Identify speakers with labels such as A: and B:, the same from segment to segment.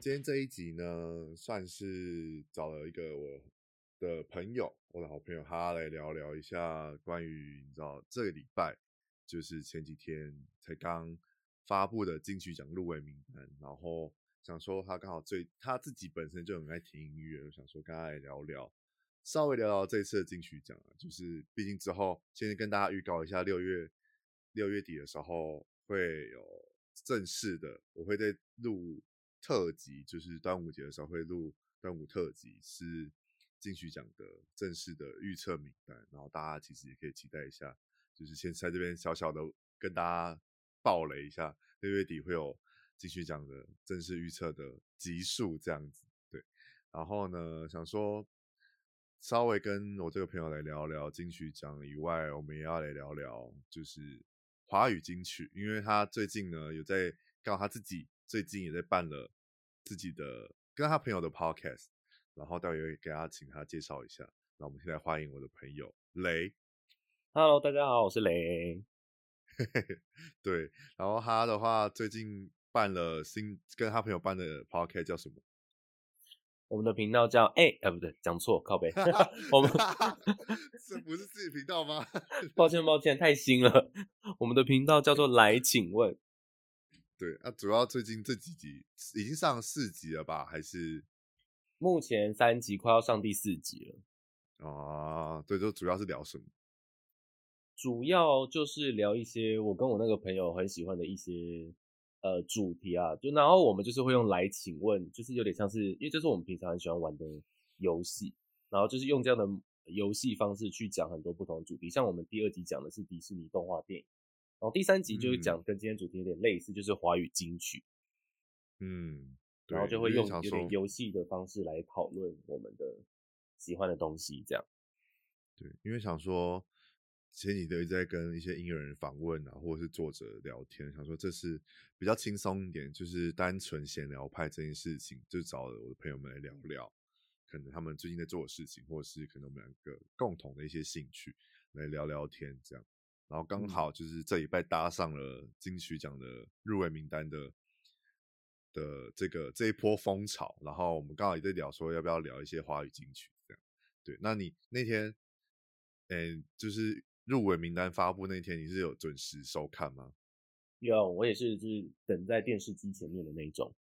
A: 今天这一集呢，算是找了一个我的朋友，我的好朋友，他来聊聊一下关于你知道这个礼拜就是前几天才刚发布的金曲奖入围名单，然后想说他刚好最他自己本身就很爱听音乐，我想说跟他来聊聊，稍微聊聊这一次的金曲奖啊，就是毕竟之后先跟大家预告一下，六月六月底的时候会有正式的，我会在录特辑，就是端午节的时候会录端午特辑，是金曲奖的正式的预测名单，然后大家其实也可以期待一下，就是先在这边小小的跟大家爆雷一下，六月底会有金曲奖的正式预测的集数这样子，对，然后呢，想说稍微跟我这个朋友来聊聊金曲奖以外，我们也要来聊聊就是华语金曲，因为他最近呢有在刚好他自己最近也在办了自己的跟他朋友的 podcast，然后待会也会给他请他介绍一下。那我们现在欢迎我的朋友雷，
B: Hello，大家好，我是雷。
A: 对，然后他的话最近办了新跟他朋友办的 podcast 叫什么？
B: 我们的频道叫哎、呃，不对，讲错，靠背。 我们
A: 这不 是自己频道吗？
B: 抱歉，抱歉，太新了。我们的频道叫做来，请问。
A: 对，那、主要最近这几集已经上四集了吧？还是
B: 目前三集快要上第四集了，
A: 啊，对，就主要是聊什么？
B: 主要就是聊一些我跟我那个朋友很喜欢的一些呃主题啊，就然后我们就是会用来，请问，就是有点像是，因为这是我们平常很喜欢玩的游戏，然后就是用这样的游戏方式去讲很多不同的主题，像我们第二集讲的是迪士尼动画电影，然后第三集就是讲跟今天主题有点类似，就是华语金曲。
A: 嗯，
B: 然后
A: 对
B: 就
A: 我
B: 会
A: 也
B: 用
A: 想
B: 有
A: 说
B: 点游戏的方式来讨论我们的喜欢的东西，这样。
A: 对，因为想说前几天一直在跟一些音乐人访问啊，或者是作者聊天，想说这是比较轻松一点，就是单纯闲聊派这件事情，就找了我的朋友们来聊聊，可能他们最近在做的事情，或者是可能我们两个共同的一些兴趣来聊聊天这样。然后刚
B: 嗯
A: 好就是这礼拜搭上了金曲奖的入围名单的的这个这一波风潮，然后我们刚好也在聊说要不要聊一些华语金曲这样。对，那你那天，诶、哎就是入围名单发布那天，你是有准时收看吗？
B: 有，啊我也是，就是等在电视机前面的那一种。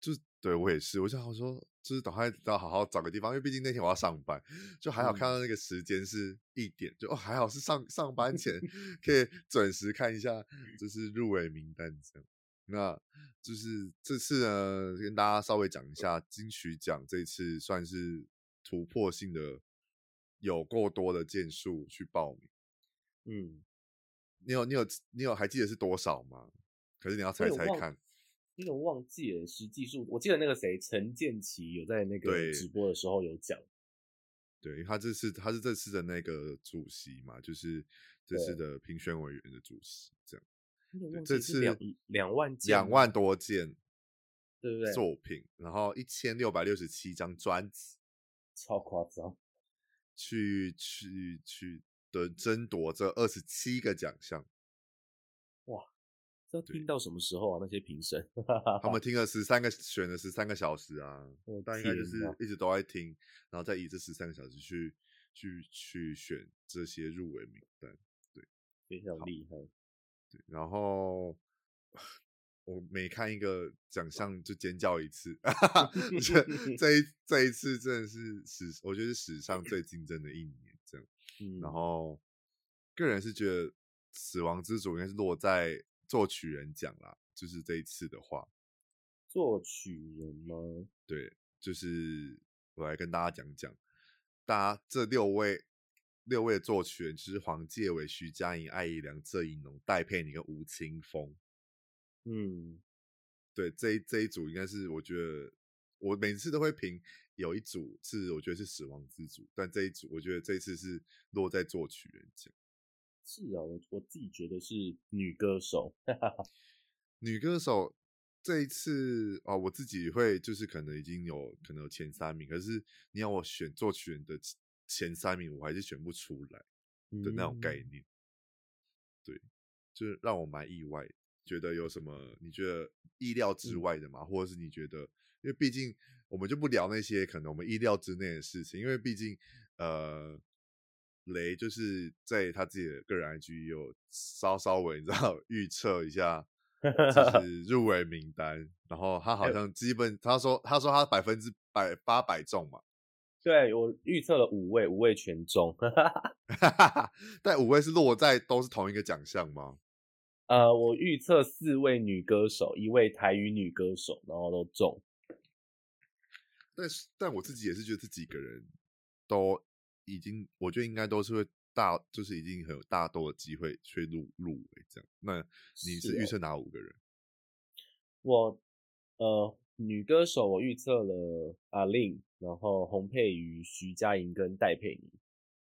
A: 就是对我也是，我就想说，就是赶快要好好找个地方，因为毕竟那天我要上班，就还好看
B: 嗯
A: 到那个时间是一点，就哦还好是上上班前可以准时看一下，就是入围名单这样。那就是这次呢，跟大家稍微讲一下金曲奖这次算是突破性的，有够多的件数去报名。
B: 嗯，
A: 你有你有你有还记得是多少吗？可是你要
B: 我
A: 猜
B: 有
A: 猜
B: 忘
A: 看，，
B: 有点忘记了实际数。我记得那个谁，陈建奇有在那
A: 对
B: 个直播的时候有讲，
A: 对，因为他这次他是这次的那个主席嘛，就是这次的评选委员的主席，这样
B: 有点
A: 对
B: 忘
A: 这
B: 记是两
A: 次
B: 两万件
A: 两
B: 吗
A: 万多件
B: 对不对？
A: 作品，然后一千六百六十七张专辑
B: 超夸张，
A: 去去去的争夺这二十七个奖项，
B: 这要
A: 对
B: 听到什么时候啊？那些 评审，
A: 他们听了十三个选了十三个小时啊，
B: 我
A: 大家应该就
B: 天
A: 是
B: 哪
A: 一直都在听，然后再以这十三个小时去去去选这些入围名单。
B: 非常厉害。
A: 对，然后我每看一个奖项就尖叫一次， 这这一这一次真的是史，我觉得是史上最竞争的一年这样。
B: 嗯，
A: 然后个人是觉得《死亡之组》应该是落在作曲人奖啦，就是这一次的话，
B: 作曲人吗？
A: 对，就是我来跟大家讲讲，大家这六位六位的作曲人就是黄介伟、徐佳莹、艾怡良、郑怡农、戴佩妮跟吴青峰。
B: 嗯，
A: 对这一这一组应该是我觉得我每次都会评有一组是我觉得是死亡之组，但这一组我觉得这一次是落在作曲人奖。
B: 是啊，我我自己觉得是女歌手。
A: 女歌手这一次啊、哦我自己会就是可能已经有可能有前三名，可是你要我选作曲人的前前三名，我还是选不出来的那种概
B: 嗯
A: 念。对，就是让我蛮意外的。觉得有什么你觉得意料之
B: 嗯
A: 外的吗？或者是你觉得，因为毕竟我们就不聊那些可能我们意料之内的事情，因为毕竟呃，雷就是在他自己的个人 IG 有稍稍微你知道预测一下。就是入围名单，然后他好
B: 哎
A: 像基本他说他说他百分之百八百中嘛，
B: 对我预测了五位，五位全中。
A: 但五位是落在都是同一个奖项吗？
B: 呃，我预测四位女歌手，一位台语女歌手，然后都中。
A: 但是但我自己也是觉得这几个人都已经，我觉得应该都是会大，就是已经很有大多的机会去入入围这样。那你
B: 是
A: 是预
B: 哦
A: 测哪五个人？
B: 我呃，女歌手我预测了阿令，然后洪佩瑜、徐佳莹跟戴佩妮，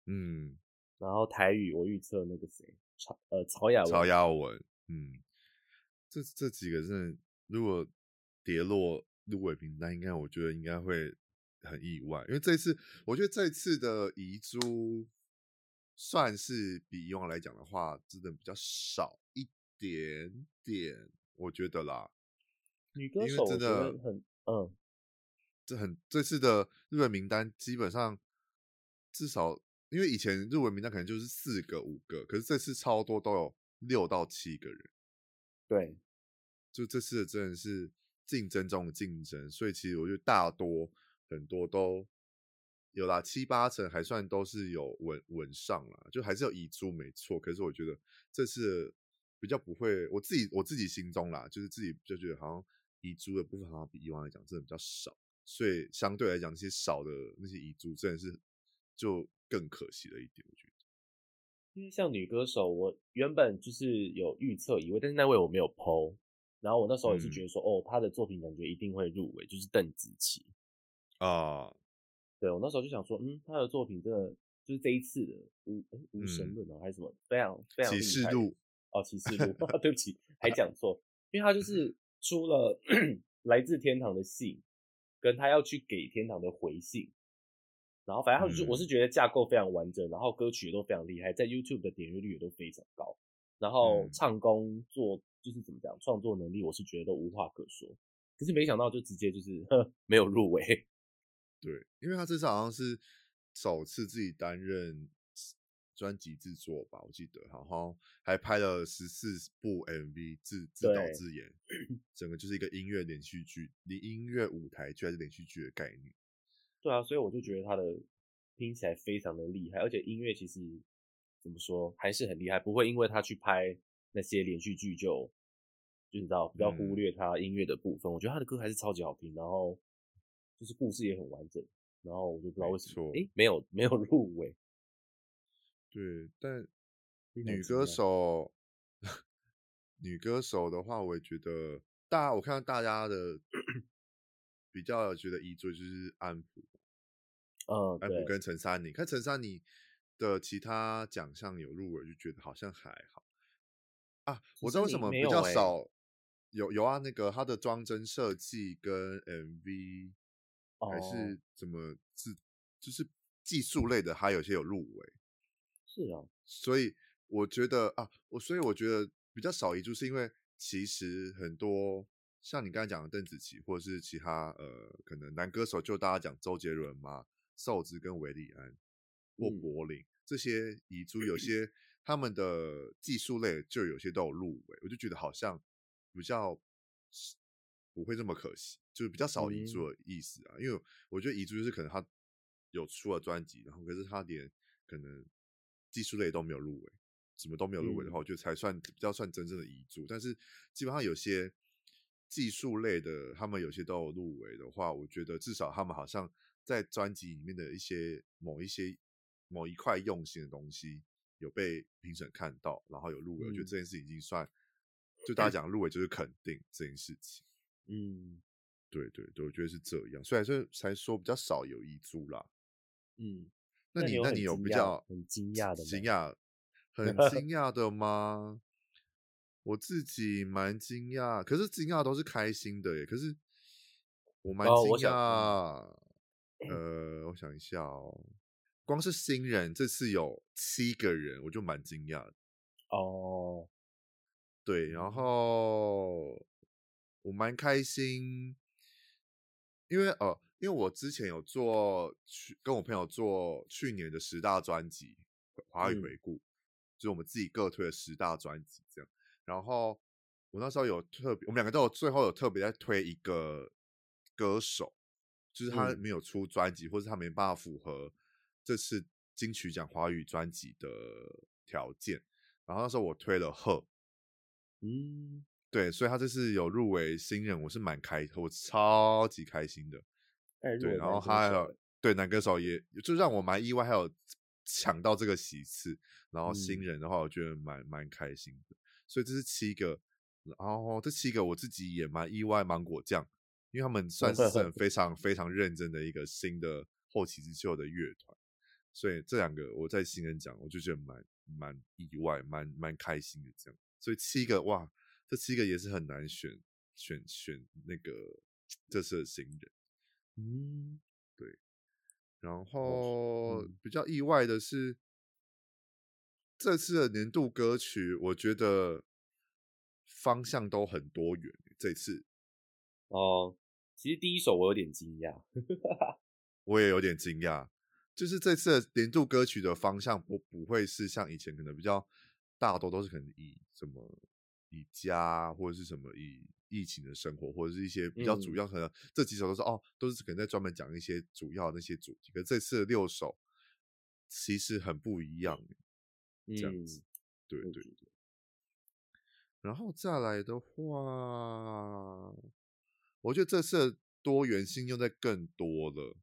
A: 嗯，
B: 然后台语我预测那个谁，曹呃曹雅
A: 曹
B: 雯。
A: 雅文，嗯，这这几个真的如果跌落入围名单，应该我觉得应该会很意外，因为这一次我觉得这一次的遗珠算是比以往来讲的话，真的比较少一点点，我觉得啦。
B: 女歌
A: 因为
B: 手我
A: 真
B: 觉得
A: 的
B: 很嗯，
A: 这很这次的入围名单基本上至少，因为以前入围名单可能就是四个五个，可是这次超多都有六到七个人，
B: 对，
A: 就这次的真的是竞争中的竞争，所以其实我觉得大多很多都有啦，七八成还算都是有稳稳上啦，就还是有遗珠没错，可是我觉得这次比较不会，我自己我自己心中啦，就是自己就觉得好像遗珠的部分好像比以往来讲真的比较少。所以相对来讲，那些少的那些遗珠真的是就更可惜了一点，我觉得。
B: 因为像女歌手，我原本就是有预测一位，但是那位我没有剖。然后我那时候也是
A: 嗯
B: 觉得说，哦，她的作品感觉一定会入围，就是邓紫棋。
A: 啊，
B: 对我那时候就想说，嗯，她的作品真的就是这一次的无诶无
A: 嗯
B: 神论啊，还是什么，非常非常
A: 启
B: 厉
A: 示
B: 害
A: 录，
B: 哦，启示录， 对不起，还讲错，因为她就是出了 来自天堂的信，跟她要去给天堂的回信。然后反正他们就、我是
A: 嗯
B: 觉得架构非常完整，然后歌曲也都非常厉害，在 YouTube 的点阅率也都非常高，然后
A: 嗯
B: 唱功做就是怎么讲，创作能力我是觉得都无话可说。可是没想到就直接就是 呵没有入围，
A: 对，因为他这次好像是首次自己担任专辑制作吧，我记得，然后还拍了十四部 MV，自自导
B: 对
A: 自 演，整个就是一个音乐连续剧，音乐舞台剧还是连续剧的概念。
B: 对啊，所以我就觉得他的听起来非常的厉害，而且音乐其实怎么说还是很厉害，不会因为他去拍那些连续剧就就你知道比较忽
A: 嗯
B: 略他音乐的部分。我觉得他的歌还是超级好听，然后就是故事也很完整，然后我就不知道
A: 没
B: 为什么
A: 错
B: 诶、没有没有 入围，
A: 对，但
B: 非常
A: 女
B: 惊
A: 歌
B: 讶
A: 手， 女歌手的话，我也觉得大，我看到大家的 比较觉得遗珠就是安普，
B: 嗯
A: 安普
B: 对
A: 跟陈珊妮，看陈珊妮的其他奖项有入围，就觉得好像还好啊。我知道为什
B: 珊妮
A: 么
B: 没
A: 比较
B: 有欸
A: 少，有有啊，那个她的装帧设计跟 MV 还
B: 哦
A: 是怎么是就是技术类的，还有些有入围，
B: 是啊，
A: 所以我觉得啊，我所以我觉得比较少遗珠，是因为其实很多像你刚才讲的邓紫棋，或者是其他呃，可能男歌手就大家讲周杰伦嘛、邵之跟韦礼安或
B: 嗯
A: 柏林、这些遗珠，有些他们的技术类就有些都有入围，我就觉得好像比较是不会这么可惜，就是比较少遗珠的意思啊。因为我觉得遗珠就是可能他有出了专辑，然后可是他连可能技术类都没有入围，什么都没有入围的话，
B: 嗯
A: 我觉得才算比较算真正的遗珠。但是基本上有些技术类的，他们有些都有入围的话，我觉得至少他们好像在专辑里面的一些某一些某一块用心的东西有被评审看到，然后有入围，我觉得
B: 嗯
A: 这件事已经算。就大家讲入围就是肯定这件事情，
B: 嗯
A: 对对对，我觉得是这样，所以这才说比较少有遗珠啦。
B: 嗯，
A: 那你
B: 有
A: 那
B: 很
A: 你有
B: 惊
A: 比
B: 讶
A: 较
B: 很惊讶的
A: 惊
B: 吗
A: 讶很惊讶的吗？我自己蛮惊讶，可是惊讶都是开心的耶。可是我蛮
B: 哦
A: 惊
B: 我
A: 讶，
B: 想
A: 呃，我想一下哦，光是新人这次有七个人，我就蛮惊讶的。
B: 哦，
A: 对，然后我蛮开心，因为呃，因为我之前有做去跟我朋友做去年的十大专辑华语
B: 嗯
A: 回顾，就是我们自己各推了十大专辑这样。然后我那时候有特别，我们两个都有最后有特别在推一个歌手，就是他
B: 嗯
A: 没有出专辑，或是他没办法符合这次金曲奖华语专辑的条件。然后那时候我推了贺，
B: 嗯，
A: 对，所以他这次有入围新人，我是蛮开，我超级开心的。
B: 哎，
A: 对，然后他还有对男歌手也就让我蛮意外，还有抢到这个席次。然后新
B: 嗯
A: 人的话，我觉得蛮蛮开心的。所以这是七个，然后这七个我自己也蛮意外，芒果酱，因为他们算是很非常非常认真的一个新的后起之秀的乐团，所以这两个我在新人奖我就觉得蛮蛮意外，蛮蛮开心的这样。所以七个哇，这七个也是很难选选选那个这次的新人。
B: 嗯，
A: 然后
B: 嗯
A: 比较意外的是，这次的年度歌曲，我觉得方向都很多元。欸这次
B: 哦，其实第一首我有点惊讶，
A: 我也有点惊讶，就是这次的年度歌曲的方向不不会是像以前可能比较大多都是可能以什么以家或者是什么以疫情的生活或者是一些比较主
B: 嗯
A: 要可能这几首都是哦都是可能在专门讲一些主要的那些主题，可是这次的六首其实很不一样。欸
B: 嗯，
A: 这样子对
B: 嗯
A: 对对。然后再来的话，我觉得这次的多元性用在更多了。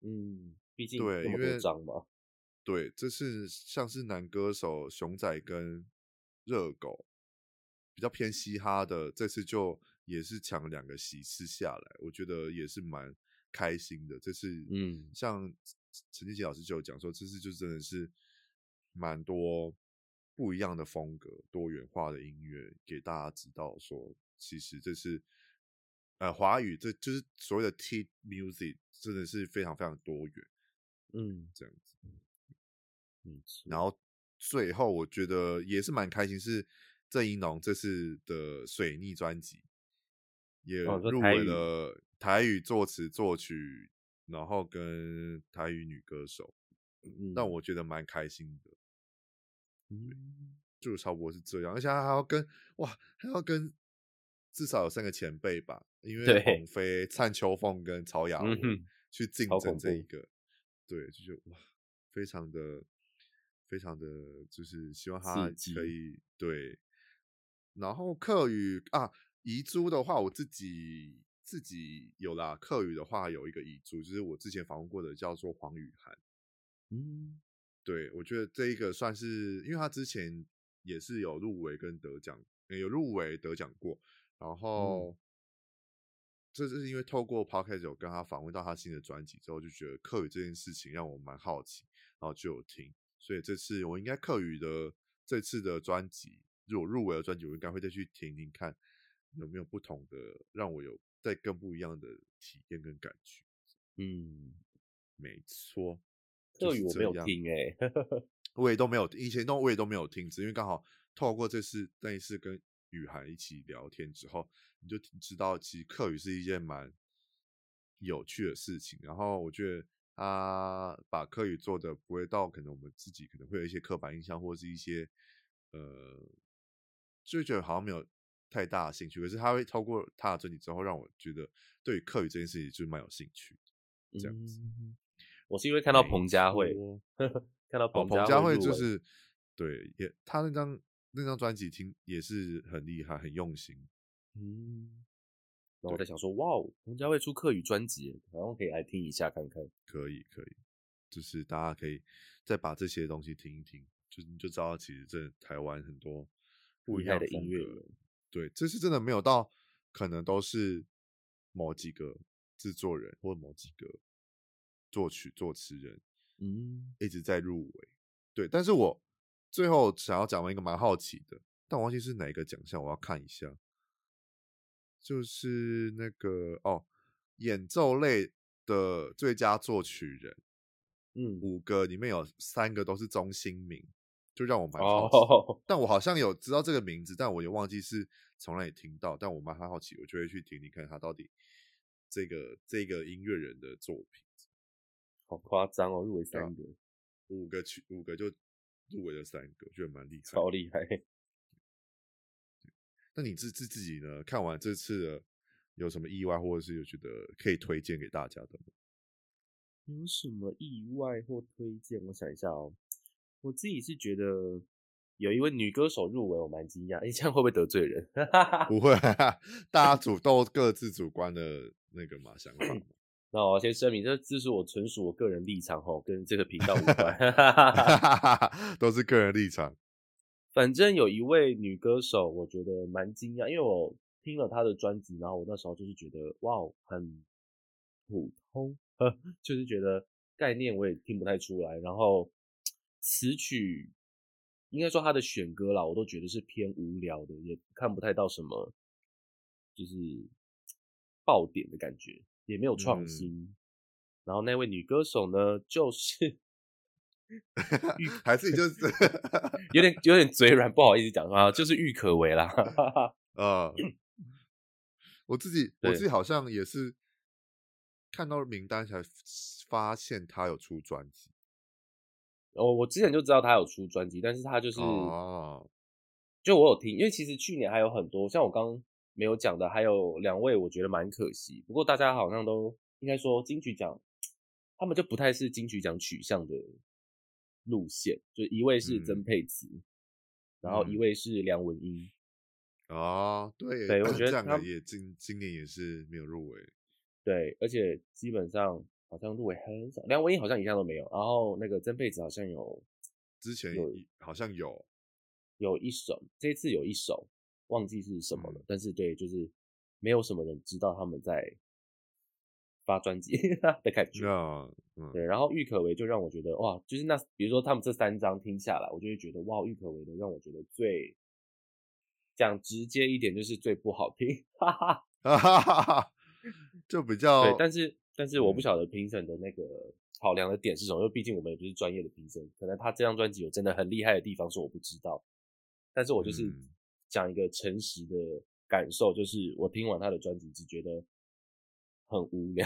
B: 嗯，毕竟
A: 对，
B: 那
A: 因
B: 么
A: 为
B: 多张嘛，
A: 对，这是像是男歌手熊仔跟热狗比较偏嘻哈的，这次就也是抢了两个席次下来，我觉得也是蛮开心的。这次，
B: 嗯
A: 像陈建奇老师就有讲说，这次就真的是蛮多不一样的风格、多元化的音乐给大家知道说，其实这是。呃，华语这就是所谓的 T music，真的是非常非常多元
B: 嗯，
A: 这样子。
B: 没错
A: 然后最后我觉得也是蛮开心，是郑一农这次的水逆专辑也
B: 哦你说
A: 入
B: 台
A: 围
B: 语
A: 了台语作词作曲，然后跟台语女歌手，
B: 嗯，
A: 让我觉得蛮开心的。
B: 嗯
A: 就差不多是这样，而且他还要跟哇，还要跟至少有三个前辈吧，因为
B: 对
A: 黄飞、灿秋凤跟曹雅
B: 嗯
A: 文、
B: 哼
A: 去竞
B: 超
A: 争
B: 恐
A: 这一
B: 怖
A: 个，对，就觉得哇，非常的非常的，就是希望他
B: 刺
A: 可
B: 激
A: 以对。然后客语啊，遗珠的话，我自己自己有啦，客语的话有一个遗珠，就是我之前访问过的，叫做黄雨涵。
B: 嗯
A: 对，我觉得这一个算是，因为他之前也是有入围跟得奖，呃有入围得奖过，
B: 嗯
A: 然后、这是因为透过 podcast 有跟他访问到他新的专辑之后，就觉得课语这件事情让我蛮好奇，然后就有听，所以这次我应该课语的这次的专辑，如果入围的专辑，我应该会再去听听看有没有不同的，让我有再更不一样的体验跟感觉。
B: 嗯，
A: 没错，就
B: 这
A: 是
B: 语我
A: 这
B: 没有
A: 样
B: 听哎，
A: 我也都没有，以前都我也都没有听，只因为刚好透过这次那一次跟雨涵一起聊天之后，你就知道其实课语是一件蛮有趣的事情。然后我觉得他把课语做的不会到可能我们自己可能会有一些刻板印象，或者是一些呃，就会觉得好像没有太大的兴趣。可是他会透过他的专辑之后，让我觉得对于课语这件事情就是蛮有兴趣的。这样子
B: 嗯我是因为看到
A: 没
B: 彭佳慧，
A: 错
B: 看到
A: 哦，
B: 彭
A: 彭佳慧
B: 慧入
A: 就
B: 围
A: 是对，也他那张那张专辑听也是很厉害，很用心。
B: 嗯，然后我在想说，哇哦，彭佳慧出客语专辑耶，然后可以来听一下看看。
A: 可以可以，就是大家可以再把这些东西听一听，就你就知道其实这台湾很多不一
B: 厉害
A: 样
B: 的
A: 风
B: 音乐
A: 格
B: 人
A: 对，这是真的没有到，可能都是某几个制作人或某几个作曲作词人
B: 嗯，
A: 一直在入围。对，但是我最后想要讲一个蛮好奇的，但我忘记是哪一个奖项，我要看一下。就是那个哦，演奏类的最佳作曲人
B: 嗯，
A: 五个里面有三个都是钟兴民，就就让我 蛮好奇。
B: 哦，
A: 但我好像有知道这个名字，但我也忘记是从哪里听到。但我蛮好奇，我就会去听听看他到底这个这个音乐人的作品。
B: 好夸张哦，入围
A: 啊
B: 三个，
A: 五个曲五个就入围了三个，我觉得蛮厉害的。
B: 超厉害。
A: 那你自自自己呢？看完这次的有什么意外，或者是有觉得可以推荐给大家的吗？
B: 有什么意外或推荐？我想一下哦，我自己是觉得有一位女歌手入围，我蛮惊讶。哎、这样会不会得罪人？
A: 不会、啊， 大家主都各自主观的那个嘛想法嘛。
B: 那我要先声明，这这是我纯属我个人立场哦，跟这个频道无关。
A: 都是个人立场。
B: 反正有一位女歌手，我觉得蛮惊讶，因为我听了她的专辑，然后我那时候就是觉得哇哦，很普通， 就是觉得概念我也听不太出来，然后词曲应该说她的选歌啦，我都觉得是偏无聊的，也看不太到什么就是爆点的感觉，也没有创
A: 嗯
B: 新。然后那位女歌手呢，就是
A: 还是你就是
B: 有点有点嘴软，不好意思讲啊，就是郁可唯啦。
A: 呃，我自己我
B: 对
A: 自己好像也是看到名单才发现他有出专辑
B: 哦我我之前就知道他有出专辑，但是他就是、
A: 哦，
B: 就我有听，因为其实去年还有很多，像我刚刚没有讲的，还有两位我觉得蛮可惜。不过大家好像都应该说金曲奖，他们就不太是金曲奖取向的路线，就一位是曾
A: 嗯
B: 沛慈，然后一
A: 嗯
B: 位是梁文音，
A: 哦，对
B: 对我觉
A: 这
B: 得
A: 两
B: 他
A: 个
B: 们
A: 也今今年也是没有入围，
B: 对，而且基本上好像入围很少，梁文音好像一项都没有，然后那个曾沛慈好像有
A: 之前
B: 有
A: 也好像有，
B: 有一首，这次有一首忘记是什么了，
A: 嗯
B: 但是对，就是没有什么人知道他们在发专辑 的感觉。
A: 那嗯
B: 对，然后郁可唯就让我觉得哇，就是那比如说他们这三张听下来，我就会觉得哇，郁可唯的让我觉得最讲直接一点就是最不好听，哈哈。
A: 哈哈哈哈， 就比较
B: 对，但是但是我不
A: 哦嗯
B: 晓得评审的那个考量的点是什么，因为毕竟我们也不是专业的评审，可能他这张专辑有真的很厉害的地方是我不知道，但是我就是
A: 嗯
B: 讲一个诚实的感受，就是我听完他的专辑只觉得很无聊，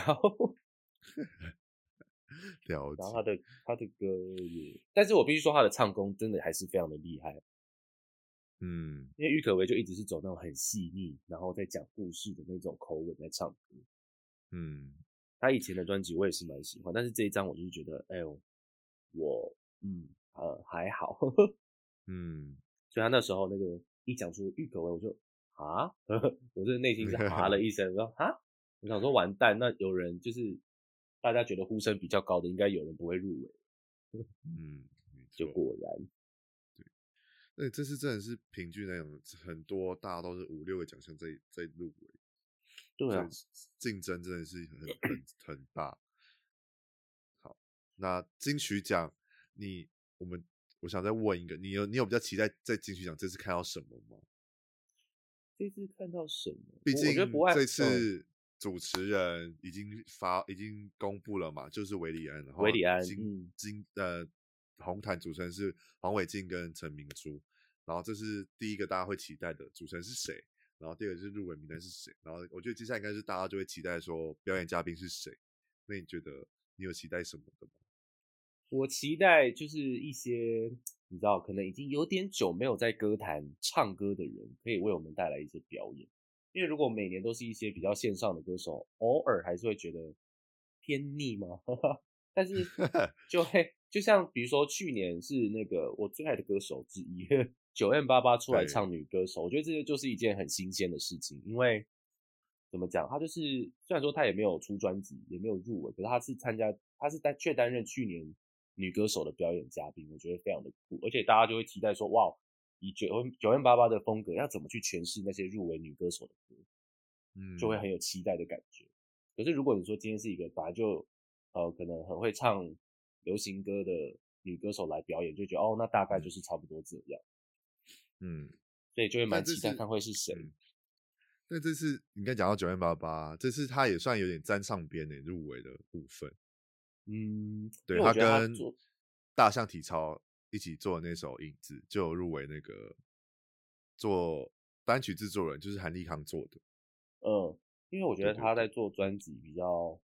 A: 了
B: 然后他
A: 解，
B: 的他的歌也，但是我必须说他的唱功真的还是非常的厉害，
A: 嗯，
B: 因为郁可唯就一直是走那种很细腻，然后在讲故事的那种口吻在唱歌。
A: 嗯，
B: 他以前的专辑我也是蛮喜欢，但是这一张我就是觉得，哎呦，我嗯呃还好，
A: 嗯，
B: 所以他那时候那个一讲出郁可唯，我就啊， 我这内心是啊了一声，我说啊，我想说完蛋，那有人就是大家觉得呼声比较高的，应该有人不会入围，
A: 嗯，没
B: 就
A: 错
B: 果然
A: 那这次真的是平均来讲，很多大家都是五六个奖项在在入围，
B: 对
A: 所
B: 啊
A: 以，竞争真的 是很很很大。好，那金曲奖，你我们我想再问一个，你有你有比较期待在金曲奖这次看到什么吗？
B: 这次看到什么？
A: 毕
B: 我
A: 竟
B: 我觉得不外
A: 这
B: 嗯
A: 次主持人已经发已经公布了嘛，就是韦礼安，然后
B: 韦礼安
A: 金、
B: 嗯
A: 金呃红毯主持人是黄伟晋跟陈明珠，然后这是第一个大家会期待的主持人是谁，然后第二个是入围名单是谁，然后我觉得接下来应该是大家就会期待说表演嘉宾是谁，那你觉得你有期待什么的吗？
B: 我期待就是一些你知道，可能已经有点久没有在歌坛唱歌的人，可以为我们带来一些表演。因为如果每年都是一些比较线上的歌手，偶尔还是会觉得偏腻嘛。 但是 就会就像比如说去年是那个我最爱的歌手之一 九 M 八八出来
A: 对
B: 唱女歌手，我觉得这个就是一件很新鲜的事情，因为怎么讲，他就是虽然说他也没有出专辑，也没有入围，可是他是参加，他是担却担任去年女歌手的表演嘉宾，我觉得非常的酷，而且大家就会期待说哇。以九九 N 八八的风格，要怎么去诠释那些入围女歌手的歌？
A: 嗯，
B: 就会很有期待的感觉。可是如果你说今天是一个本来就呃可能很会唱流行歌的女歌手来表演，就觉得哦那大概就是差不多这样，
A: 嗯。
B: 所以就会蛮
A: 但这
B: 期待
A: 是
B: 看会是谁。
A: 嗯那这次你刚讲到九万八八，这次他也算有点沾上边欸的入围的部分。
B: 嗯，因
A: 对
B: 为我觉得
A: 跟
B: 做
A: 大象体操一起做的那首《影子》就有入围那个做单曲制作人，就是韩立康做的。
B: 嗯，因为我觉得
A: 对对
B: 他在做专辑比较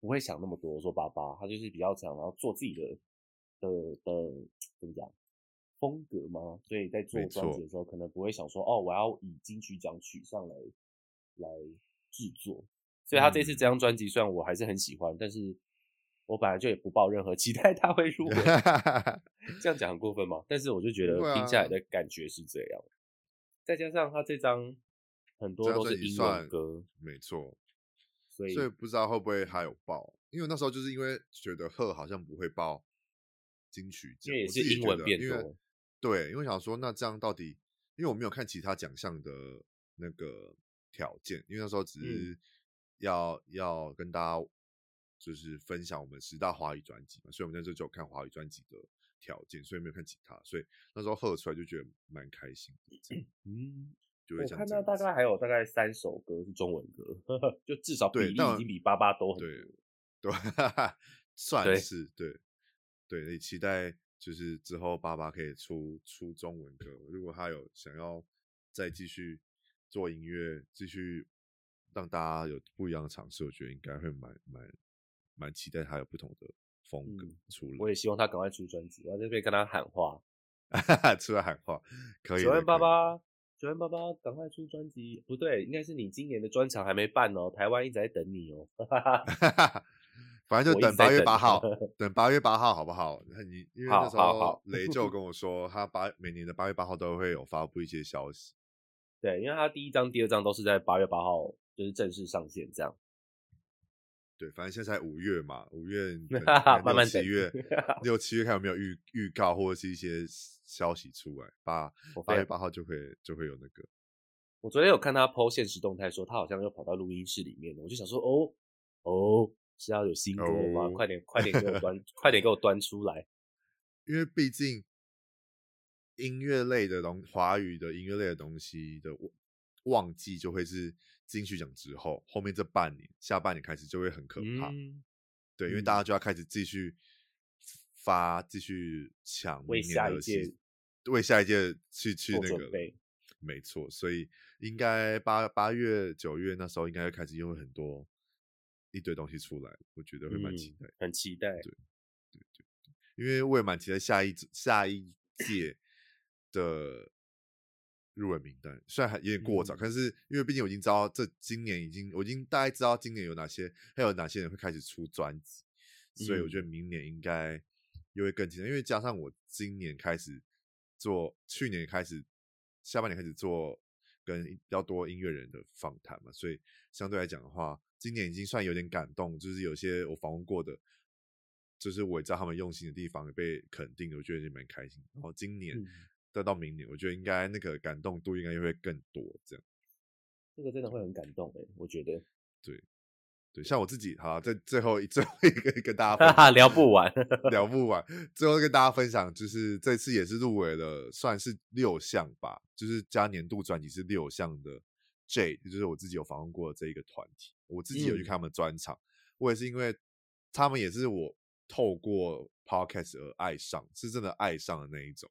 B: 不会想那么多，说爸爸，他就是比较想然后做自己的的的怎么讲风格嘛，所以在做
A: 没
B: 专辑
A: 错
B: 的时候可能不会想说哦，我要以金曲奖取向来来制作，所以他这次
A: 嗯，
B: 这张专辑虽然我还是很喜欢，但是我本来就也不抱任何 期待他会入围这样讲很过分吗？但是我就觉得
A: 不会啊
B: 听下来的感觉是这样，再加上他这张很多
A: 这张
B: 都是
A: 专辑
B: 英
A: 算
B: 文歌，
A: 没错，
B: 所以
A: 所以不知道会不会还有报，因为那时候就是因为觉得贺好像不会报金曲
B: 因
A: 奖，
B: 为
A: 我
B: 也是
A: 自己
B: 英
A: 觉
B: 文
A: 得
B: 变
A: 因为
B: 多，
A: 对，因为想说那这样到底，因为我没有看其他奖项的那个条件，因为那时候
B: 嗯
A: 只是要、要跟大家就是分享我们十大华语专辑嘛，所以我们那时候就有看华语专辑的条件，所以没有看其他，所以那时候贺出来就觉得蛮开心的，这 样
B: 嗯，
A: 就会
B: 我
A: 像
B: 看
A: 这
B: 到
A: 样
B: 大
A: 子
B: 概还有大概三首歌是中文歌， 就至少比
A: 对
B: 例
A: 但
B: 已经比八八都很多。
A: 对对， 算
B: 哦对
A: 是对对，你期待就是之后爸爸可以出出中文歌，如果他有想要再继续做音乐，继续让大家有不一样的尝试，我觉得应该会蛮蛮蛮期待他有不同的风格
B: 嗯
A: 出
B: 我
A: 来，
B: 也希望他赶快出专辑，我在这边跟他喊话，
A: 出来喊 话，可以
B: 九
A: 的，可以的
B: 万爸爸，九万爸爸，赶快出专辑。不对，应该是你今年的专场还没办哦，台湾一直在等你哦。
A: 反正就
B: 我一直
A: 等
B: 在
A: 八月
B: 等
A: 八 号，等八月八号好不好？那你因为那
B: 好
A: 时
B: 好
A: 候
B: 好
A: 雷就 跟我说，他八每年的八月八号都会有发布一些消息。
B: 对，因为他第一张、第二张都是在八月八号就是正式上线这样。
A: 对，反正现在才五月嘛，五 月等
B: 哈哈
A: 可能六
B: 慢
A: 哎
B: 慢
A: 七
B: 等
A: 月六七月看有没有预预告或者是一些消息出来。八
B: 我
A: 八
B: 发
A: 月
B: 现，
A: 八号就会就会有那个，
B: 我昨天有看他 PO 现实动态说他好像又跑到录音室里面了，我就想说哦哦是要有新歌了吗？
A: 哦
B: 快点快点给我端，快点给我端出 来。
A: 因为毕竟音乐类的东华语的音乐类的东西的旺旺季就会是金曲奖之后，后面这半年下半年开始就会很可怕。
B: 嗯，
A: 对，因为
B: 嗯
A: 大家就要开始继续发，继续抢
B: 为
A: 明年
B: 下
A: 的
B: 一
A: 戏
B: 届，
A: 为下一届去去
B: 做
A: 那
B: 准
A: 个了
B: 备
A: 没错，所以应该八八月九月那时候应该会开始因为很多一堆东西出来，我觉得会蛮期
B: 嗯
A: 待，
B: 很期待。
A: 因为我也蛮期待下一下一届的入围名单，虽然还有点过早，
B: 嗯
A: 但是因为毕竟我已经知道这今年已经我已经大概知道今年有哪些还有哪些人会开始出专辑，所以我
B: 嗯
A: 觉得明年应该又会更期待，因为加上我今年开始做，去年开始下半年开始做跟比较多音乐人的访谈嘛，所以相对来讲的话，今年已经算有点感动，就是有些我访问过的，就是我也知道他们用心的地方也被肯定，我觉得已经蛮开心。然后今年
B: 嗯
A: 再到明年，我觉得应该那个感动度应该会更多，这样
B: 这个真的会很感动诶、我觉 得，
A: 对。像我自己，好，在最后一最后一个跟大家分
B: 哈
A: 享
B: 哈，聊不完。
A: 聊不完。 最后跟大家分享，就是这次也是入围了，算是六项吧，就是加年度专辑是六项的 J，就是我自己有访问过的这一个团体，我自己有去
B: 嗯
A: 看他们专场，我也是因为他们也是我透过 podcast 而爱上，是真的爱上的那一种。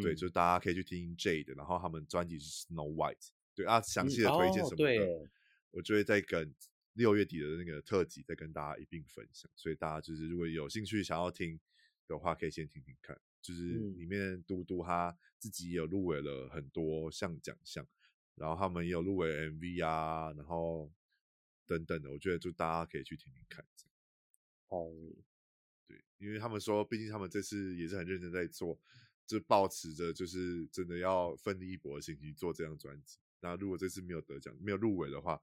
A: 对，
B: 嗯
A: 就大家可以去听 J 的，然后他们专辑是 Snow White，对啊，详
B: 嗯
A: 细的推荐
B: 哦
A: 什么
B: 对
A: 的，
B: 耶
A: 我就会再跟六月底的那个特辑再跟大家一并分享。所以大家就是如果有兴趣想要听的话，可以先听听看。就是
B: 嗯
A: 里面嘟嘟他自己也有入围了很多项奖项，然后他们也有入围 MV 啊，然后等等的，我觉得就大家可以去听听看。这样
B: 好，
A: 对，因为他们说，毕竟他们这次也是很认真在做，就抱持着就是真的要奋力一搏的心情做这张专辑。那如果这次没有得奖、没有入围的话，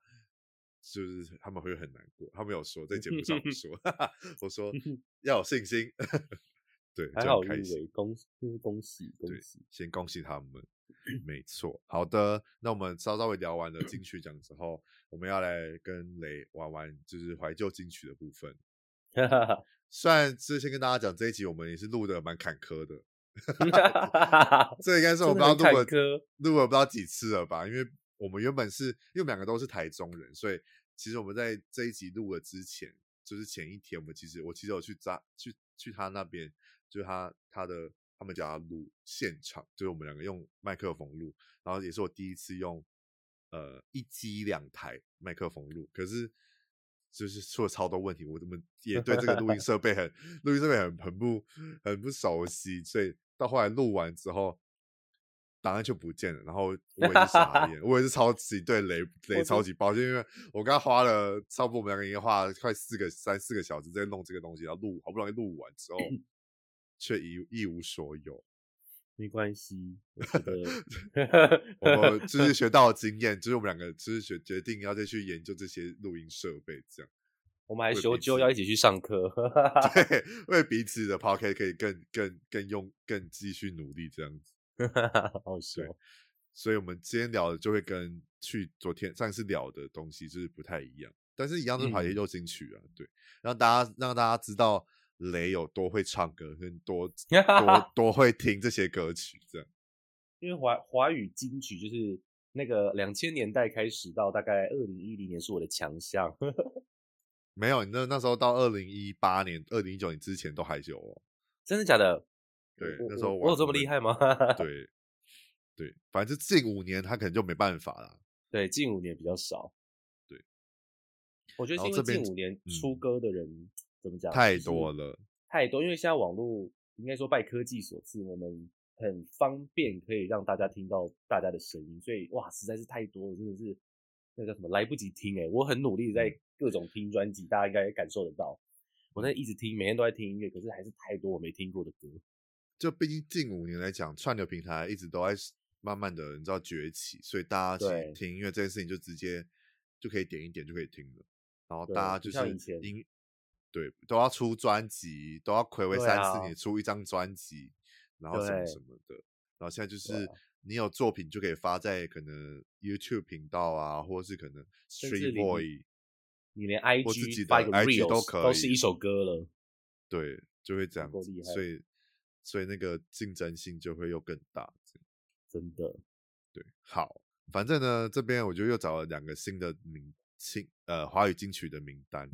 A: 就是他们会很难过。他们有说在节目上有说， 我 说要有信心， 对，
B: 还
A: 就
B: 好
A: 很
B: 入
A: 开心。
B: 围，恭就是恭喜恭
A: 对
B: 喜。
A: 先恭喜他们，没错。好的，那我们稍稍微聊完了金曲奖之后，我们要来跟雷玩玩就是怀旧金曲的部分。
B: 哈哈哈
A: 虽然之前跟大家讲这一集我们也是录的蛮坎坷的，
B: 哈哈，
A: 这应该是我
B: 真
A: 不
B: 的
A: 知道
B: 很坎
A: 录了
B: 坷。
A: 录了不知道几次了吧？因为我们原本是因为我们两个都是台中人，所以其实我们在这一集录了之前，就是前一天，我们其实我其实有去扎去去他那边，就是他他的他们家录现场，就是我们两个用麦克风录，然后也是我第一次用呃一机两台麦克风录，可是就是出了超多问题，我怎么也对这个录音设备很录音设备很很不很不熟悉，所以到后来录完之后。档案就不见了，然后我也是傻眼，我也是超级对雷雷超级抱歉，因为我刚刚花了差不多我们两个应该花了快四个三四个小时在弄这个东西，然后录好不容易录完之后，却一一无所有。
B: 没关系，我觉得
A: 我们就是学到的经验，就是我们两个就是决决定要再去研究这些录音设备，这样
B: 我们还
A: 会
B: 修
A: 彼
B: 究
A: 此
B: 要一起去 上课。
A: 对，为彼此的 p o c k e t 可以更更更用更继续努力这样子。
B: 好笑
A: 对，所以我们今天聊的就会跟去昨天上一次聊的东西就是不太一样，但是一样是跑
B: 嗯
A: 节奏金曲啊，对，让大家让大家知道雷有多会唱歌，跟多多多会听这些歌曲，这样
B: 因为华华语金曲就是那个两千年代开始到大概二零一零年是我的强项，
A: 没有，你那那时候到二零一八年、二零一九年之前都还有哦，
B: 真的假的？
A: 对
B: 我，
A: 那时候
B: 我我有这么厉害？吗？
A: 对，对，反正近五年他可能就没办法啦，
B: 对，近五年比较少。
A: 对，
B: 我觉得
A: 然后
B: 是因为
A: 这边
B: 近五年
A: 嗯
B: 出歌的人、怎么讲
A: 太
B: 就是
A: 多了，
B: 太多，因为现在网络应该说拜科技所赐，我们很方便可以让大家听到大家的声音，所以哇，实在是太多了，真的是那个叫什么来不及听哎、我很努力
A: 嗯
B: 在各种听专辑，大家应该也感受得到，我在一直听，每天都在听音乐，可是还是太多我没听过的歌。
A: 就毕竟近五年来讲，串流平台一直都在慢慢的你知道崛起，所以大家其
B: 对
A: 实听音乐这件事情就直接就可以点一点就可以听了，然后
B: 对
A: 大家
B: 不
A: 就
B: 像以
A: 是
B: 前
A: 音对都要出专辑，都要暌违
B: 对
A: 三
B: 啊
A: 四年出一张专辑，然后什么
B: 对
A: 什么的，然后现在就
B: 对啊
A: 是你有作品就可以发在可能 YouTube 频道啊，或者是可能
B: 甚至
A: Street
B: 你
A: Boy
B: 你连
A: 我自己
B: IG
A: 的
B: 发一个
A: IG 都
B: reels
A: 可
B: 都是
A: 以
B: 一首歌了，
A: 对就会这
B: 有
A: 样
B: 够
A: 子
B: 厉，害
A: 所以所以那个竞争性就会又更大。这样
B: 真的。
A: 对，好，反正呢，这边我就又找了两个新的名新呃华语金曲的名 单，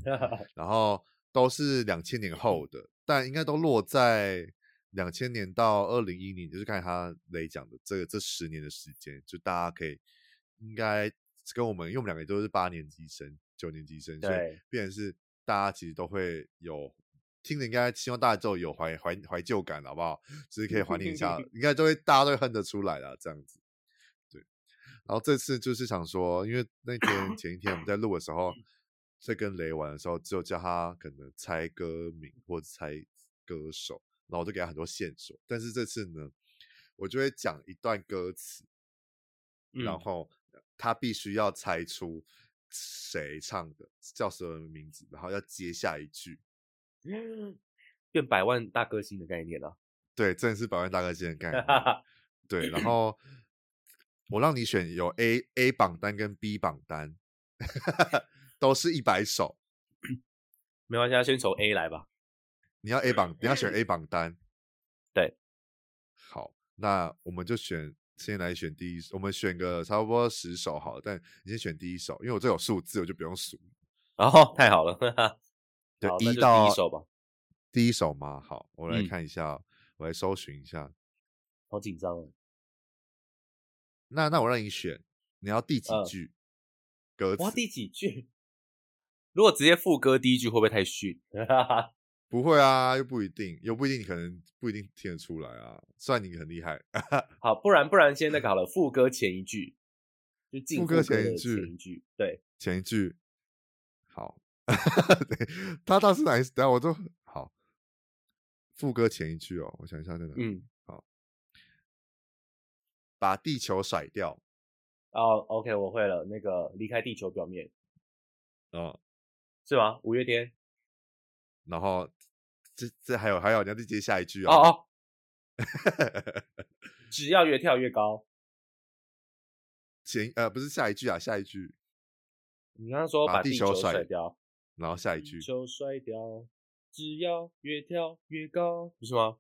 A: 然后都是两千年后的，但应该都落在两千年到二零一零，就是刚才他雷讲的这个这十年的时间，就大家可以应该跟我们，因为我们两个都是八年级生、九年级生，所以
B: 对
A: 变成是大家其实都会有。听着应该希望大家都有怀怀怀旧感，好不好？就是可以怀念一下，应该都会大家都会哼得出来啦，这样子。对，然后这次就是想说，因为那天前一天我们在录的时候，在跟雷玩的时候，只有叫他可能猜歌名或者猜歌手，然后我就给他很多线索。但是这次呢，我就会讲一段歌词，然
B: 嗯
A: 后他必须要猜出谁唱的，叫什么名字，然后要接下一句。
B: 变百万大歌星的概念了、
A: 对，真的是百万大歌星的 概念。
B: 啊，
A: 对，然后我让你选有 A A 榜单跟 B 榜单，都是一百首。
B: 没关系，啊那先从 A 来吧。
A: 你要 A 榜，你要选 A 榜单。
B: 嗯对，
A: 好，那我们就选，先来选第一，我们选个差不多十首好了，但你先选第一首，因为我这有数字，我就不用数。
B: 然后哦太好了，
A: 对
B: 好，那
A: 一
B: 就
A: 到
B: 第一首吧。
A: 第一首吗？好，我来
B: 嗯
A: 看一下，我来搜寻一下。
B: 好紧张哦。
A: 那那我让你选，你要第几
B: 嗯
A: 句、歌
B: 哇，
A: 词？
B: 第几句？ 如果直接副歌第一句会不会太逊？
A: 不会啊，又不一定，又不一定，你可能不一定听得出来啊。算你很厉害，
B: 好，不然不然先那个好了，副歌前一句，就进
A: 副
B: 副
A: 歌
B: 的
A: 前一
B: 前
A: 句
B: 一句，对，
A: 前一句好， 对，他倒是哪一？等下我都好。副歌前一句哦，我想一下在哪里。
B: 嗯，
A: 把地球甩掉
B: 哦，OK，我会了，那个离开地球表面
A: 啊、
B: 是吗？五月天，
A: 然后这这还有还有，你要再接下一句
B: 哦
A: 哦。
B: 哦，只要越跳越高。
A: 前呃不是下一句啊，下一句，
B: 你刚刚说
A: 把
B: 把
A: 地
B: 地
A: 球
B: 球
A: 甩
B: 甩掉，
A: 然后下一句
B: 地球甩掉，只要越跳越高，不是吗？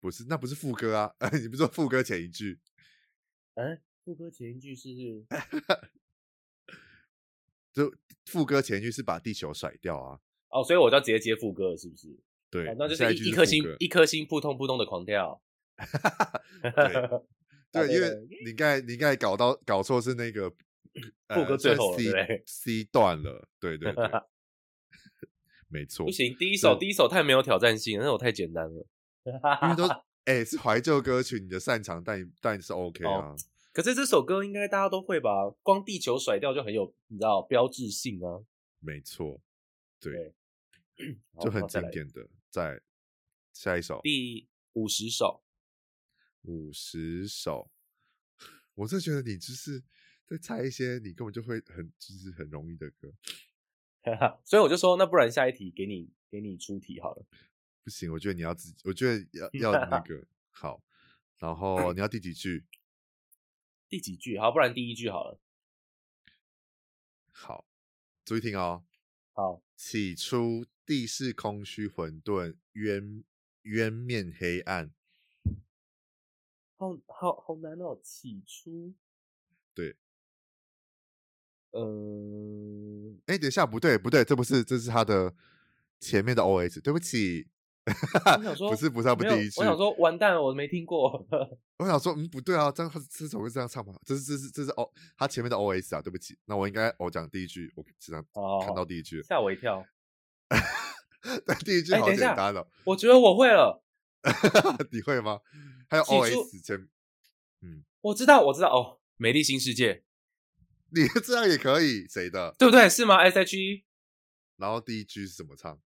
A: 不是那不是副歌啊， 你不是说副歌前一句？
B: 哎，副歌前一句是
A: 就副歌前一句是把地球甩掉啊。
B: 哦，所以我就要直接接副歌了，是不是？
A: 对，
B: 哦，那就
A: 下
B: 是
A: 一句
B: 一一
A: 是
B: 颗
A: 副
B: 心
A: 歌
B: 一颗心扑通扑通的狂跳。
A: 对
B: 答
A: 对，
B: 啊对
A: 因
B: 了
A: 为你刚才你刚才搞到搞错是那个呃
B: 副歌最
A: 算
B: 后了
A: C
B: 对不对
A: C 段了，对对 对，没错
B: 不，行，第一首
A: 对
B: 第一首太没有挑战性了，那首太简单了。
A: 因 为都哎、是怀旧歌曲，你的擅长但但是 OK
B: 哦
A: 啊，
B: 可是这首歌应该大家都会吧？光地球甩掉就很有，你知道标志性啊，
A: 没错，对，
B: 好
A: 就很
B: 好再
A: 经
B: 来
A: 典的。在下一首
B: 第五十首，
A: 五十首，我真的觉得你就是在猜一些你根本就会很就是很容易的歌，
B: 所以我就说，那不然下一题给你给你出题好了。
A: 不行，我觉得你要自己，我觉得要要那个好，然后你要第几句？
B: 第几句？好，不然第一句好了。
A: 好，注意听哦。
B: 好，
A: 起初地是空虚混沌，渊渊面黑暗。
B: 好好好难哦。起初，呃
A: 对，
B: 嗯、
A: 哎，等一下，不对，不对，这不是，这是他的前面的 OS。对不起，
B: 我想 说
A: 不是，不是，他不
B: 没
A: 第
B: 有
A: 一句。
B: 我想，说，完蛋了，我没听过。
A: 我想说，嗯，不对啊，这样这首歌这样唱吗？这是这是这是哦，他前面的 OS 啊，对不起，那我应该我讲第一句，我只能
B: 好好
A: 看
B: 好
A: 到第一句，
B: 吓我一跳，
A: 但第一句
B: 哎
A: 好
B: 等一
A: 简
B: 下
A: 单哦，
B: 我觉得我会了。
A: 你会吗？还有
B: 起初
A: OS 前，嗯，
B: 我知道，我知道哦，《美丽新世界》
A: 你这样也可以，谁的？
B: 对不对？是吗？S H E
A: 然后第一句是怎么唱？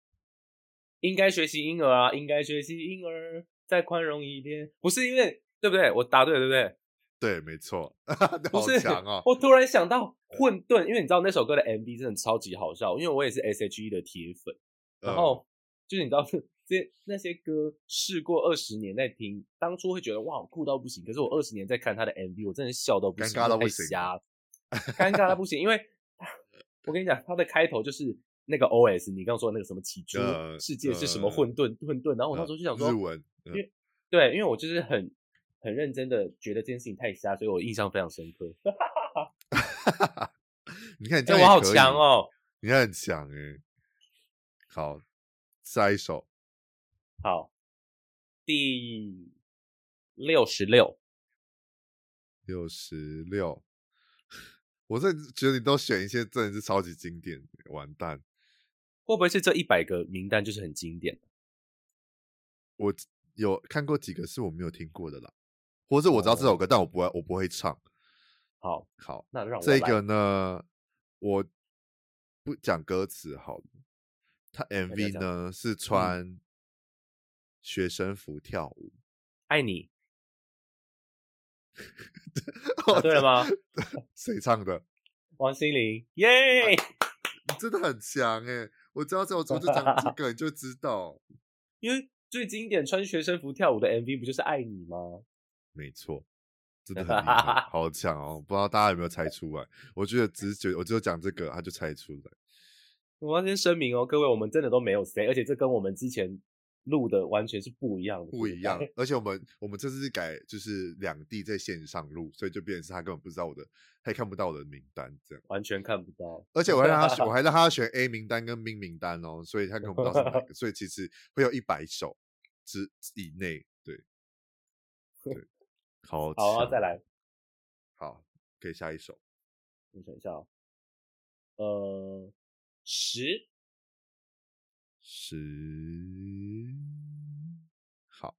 B: 应该学习婴儿啊，应该学习婴儿，再宽容一点。不是因为对不对？我答对了，对不对？
A: 对，没错，
B: 不
A: 好
B: 是，
A: 强哦！
B: 我突然想到混沌，因为你知道那首歌的 MV 真的超级好笑，因为我也是 S H E 的铁粉，然
A: 嗯
B: 后、就是你知道这那些歌试过二十年在听，当初会觉得哇好酷到不行，可是我二十年在看他的 MV，我真的笑到不行，
A: 尴尬到不
B: 太
A: 行啊
B: 瞎了，尴尬到不 行，因为我跟你讲，它的开头就是。那个 O S，你刚刚说的那个什么起初
A: 呃
B: 世界是什么
A: 呃
B: 混沌混沌，然后我那时候就想说，
A: 日文，嗯
B: 因为对，因为我就是很很认真的觉得这件事情太瞎，所以我印象非常深刻。
A: 你看你这
B: 哎、
A: 样
B: 我好
A: 也可以
B: 强，哦！
A: 你很强哎、好，下一首
B: 好，第六十六，
A: 六十六，我真的觉得你都选一些真的是超级经典，完蛋！
B: 会不会是这一百个名单就是很经典？
A: 我有看过几个是我没有听过的啦，或者我知道
B: 哦
A: 这首歌，但我不会，我不会唱。
B: 好，
A: 好，
B: 那让我
A: 这
B: 来
A: 个呢，我不讲歌词好了。他
B: 要
A: MV
B: 讲嗯
A: 呢是穿学生服跳 舞，
B: 爱你，答哦对了吗？
A: 谁唱的？
B: 王心凌，耶、
A: 你真的很强哎、我知道这首歌就讲 这个，你就知道。
B: 因为最经典穿学生服跳舞的 MV 不就是爱你吗？
A: 没错，真的很厉 害，好强哦！不知道大家有没有猜出来？我觉得只是觉得，我只有讲这个，他就猜出来。
B: 我要先声明哦，各位，我们真的都没有 say，而且这跟我们之前录的完全是不一样的，
A: 不 一样。而且我们我们这次是改就是两地在线上录，所以就变成是他根本不知道我的，他也看不到我的名单这样。
B: 完全看不到。
A: 而且我还让他选，我还让他选 A 名单跟 B 名单哦，所以他根本不知道是哪个。所以其实会有一百首之以内，对 对，好
B: 好、啊，
A: 强
B: 再来。
A: 好，可以下一首
B: 我想一下、哦，呃，十
A: 十好，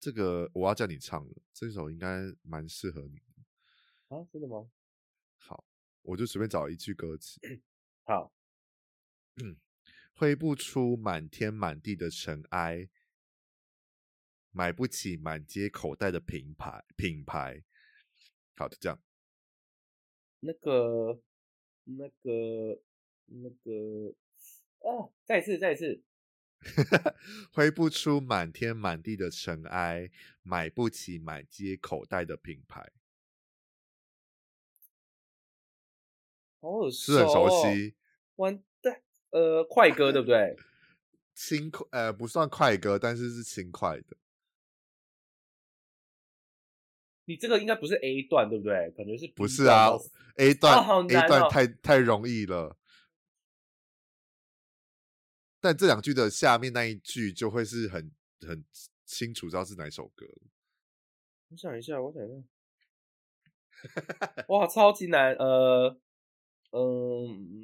A: 这个我要叫你唱了，这首应该蛮适合你的。
B: 啊，真的吗？
A: 好，我就随便找一句歌词。
B: 好，
A: 挥不出满天满地的尘埃，买不起满街口袋的品牌品牌。好，就这样。
B: 那个，那个，那个，啊，再一次，再一次，
A: 挥不出满天满地的尘埃，买不起满街口袋的品牌，
B: 好耳
A: 是很熟
B: 哦。
A: 悉。
B: 完蛋，呃，快歌对不对？
A: 轻快呃不算快歌，但是是轻快的。
B: 你这个应该不是 A 段对不对？感觉是
A: 不
B: B
A: 是
B: 段
A: 啊
B: 到
A: A 段、
B: 好
A: A
B: 难哦
A: 段太太容易了，但这两句的下面那一句就会是很很清楚知道是哪一首歌了。
B: 我想一下，我想一下，哇，超级难，呃，嗯、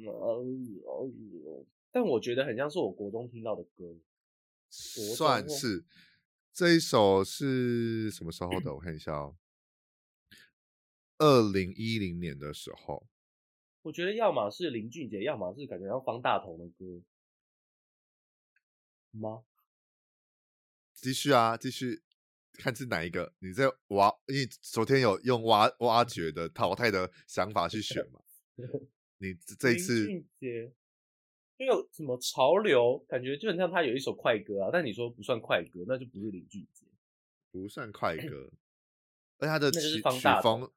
B: 呃呃但我觉得很像是我国中听到的歌，国
A: 算
B: 中哦
A: 是这一首是什么时候的？我看一下哦，二零一零年的时候，
B: 我觉得要么是林俊杰，要么是感觉像方大同的歌吗？
A: 继续啊，继续看是哪一个？你在挖，因为昨天有用挖挖掘的淘汰的想法去选 嘛？你这这一
B: 林
A: 次
B: 俊杰就有什么潮流，感觉就很像他有一首快歌啊，但你说不算快歌，那就不是林俊杰。
A: 不算快歌，而他的
B: 嗯那就是
A: 曲
B: 方
A: 曲
B: 大同
A: 风，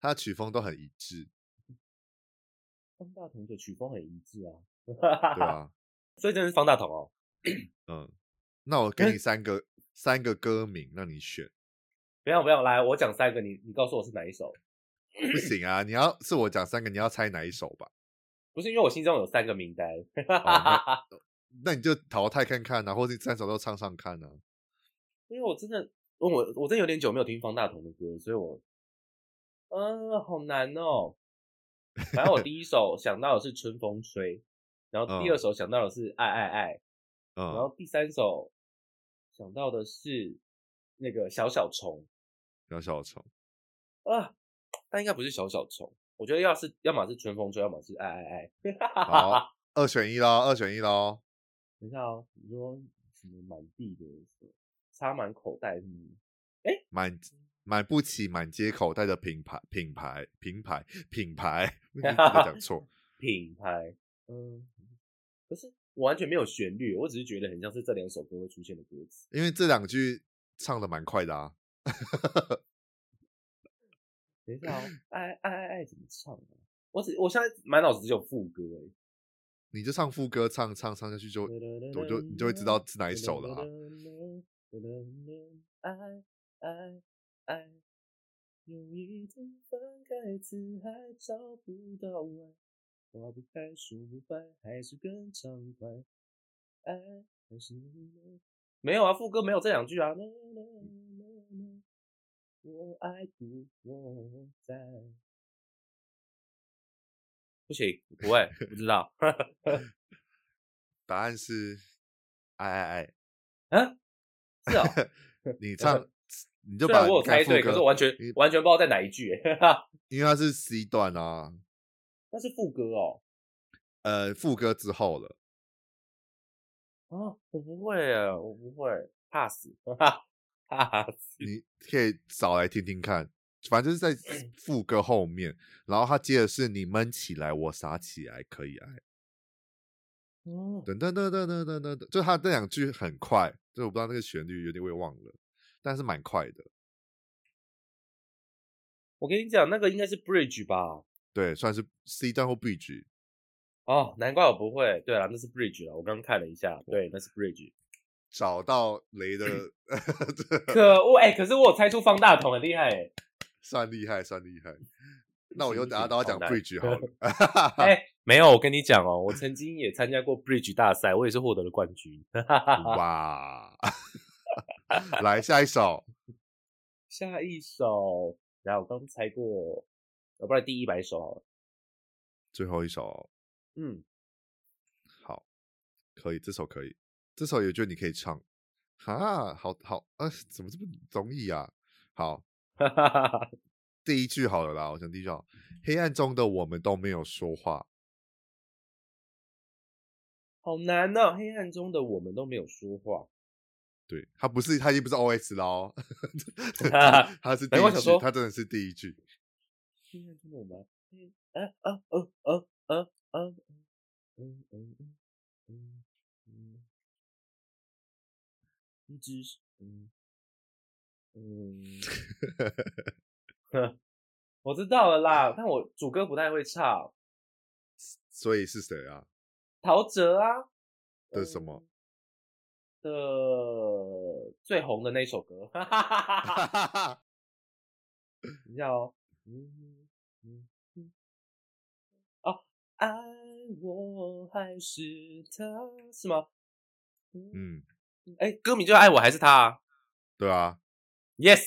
A: 他的曲风都很一致，
B: 方大同的曲风很一致啊，
A: 对吧、
B: 所以真的是方大同哦。
A: 嗯，那我给
B: 嗯
A: 你三个三个歌名让你 选，
B: 不要不要，来我讲三个，你你告诉我是哪一首？
A: 不行啊，你要是我讲三个，你要猜哪一首吧？哦
B: 不是因为我心中有三个名单，
A: 那那你就淘汰看看啊，或者你三首都唱唱看啊。
B: 因为我真的我我真的有点久没有听方大同的歌，所以我嗯、好难 哦。反正我第一首想到的是《春风吹》，然后第
A: 嗯
B: 二首想到的是《爱爱爱》，然
A: 嗯，
B: 后第三首想到的是那个小小虫
A: 小小 虫，
B: 啊，但应该不是小小虫。我觉得要是要么是春风吹，要么是爱爱爱。
A: 好，二选一喽，二选一喽。
B: 等一下哦，你说什么满地的什么插满口袋是吗？
A: 满满不起满街口袋的品牌品牌品牌品牌， 我一直讲 错。
B: 品牌，嗯，可是我完全没有旋律，我只是觉得很像是这两首歌会出现的歌词。
A: 因为这两句唱的蛮快的啊，
B: 等一下哦， 爱爱爱爱怎么唱啊？我只我现在满脑子只有副歌哎、
A: 你就唱副歌，唱唱唱下去
B: 嗯
A: 就我就你就会知道是哪一首了啊。
B: 爱爱爱，有一天翻开词海找不到爱，花不开树不白，还是更畅快。爱还是没有啊，副歌没有这两句啊。我爱不我在，不行，不会，不 知道。
A: 答案是爱爱
B: 啊，是哦，
A: 爱，你唱你就
B: 虽然
A: 把
B: 我有
A: 你看
B: 猜
A: 副
B: 对，可是
A: 歌，
B: 我完全
A: 你
B: 完全不知道在哪一句、欸，
A: 因为它是 C 段啊，
B: 那是副歌哦。
A: 呃，副歌之后了。
B: 啊，我不会欸，我不会，pass，哈哈哈死。
A: 你可以找来听听看，反正就是在
B: 嗯
A: 副歌后面，然后他接的是你闷起来，我傻起来，可以爱，
B: 嗯，
A: 等等等等等等等，就他这两句很快，就我不知道那个旋律有点我也忘了，但是蛮快的，
B: 我跟你讲，那个应该是 bridge 吧？
A: 对，算是 C 段或 B 句，
B: 哦，难怪我不会。对了，那是 bridge 了，我刚看了一下，对，那是 bridge。
A: 找到
B: 嗯
A: 雷的
B: 可恶，哎、可是我有猜出方大同，很厉害哎、
A: 算厉害，算厉害。那我
B: 行
A: 又
B: 不
A: 等下
B: 行
A: 都要
B: 好
A: 讲
B: 难
A: bridge 好了，
B: 哎、没有，我跟你讲哦，我曾经也参加过 bridge 大赛，我也是获得了冠军。
A: 哇！来下一首，
B: 下一首，然后我刚猜过，要不然第一百首好了。
A: 最后一首，
B: 嗯，
A: 好，可以，这首可以，这首也觉得你可以唱。哈，好好，啊，怎么这么容易啊？好，
B: 哈哈哈哈，
A: 第一句好了啦，我想第一句好，黑暗中的我们都没有说话，
B: 好难呢、黑暗中的我们都没有说 话，
A: 对，他不是，他已经不是 OS 了哦， 他是第
B: 难怪
A: 一
B: 想
A: 句，
B: 说
A: 他真的是第一句，
B: 黑暗中的我们，啊啊哦哦哦哦，嗯嗯嗯嗯嗯，你只是嗯 嗯，哼我知道了啦，但我主歌不太会唱，
A: 所以是谁啊？
B: 陶喆啊
A: 的什么？
B: 嗯的最红的那首歌，哈哈哈哈哈。等一下哦，嗯嗯嗯，哦，爱我还是他，是吗？嗯，
A: 嗯，
B: 哎、歌名就爱我还是他、啊，
A: 对啊，
B: Yes，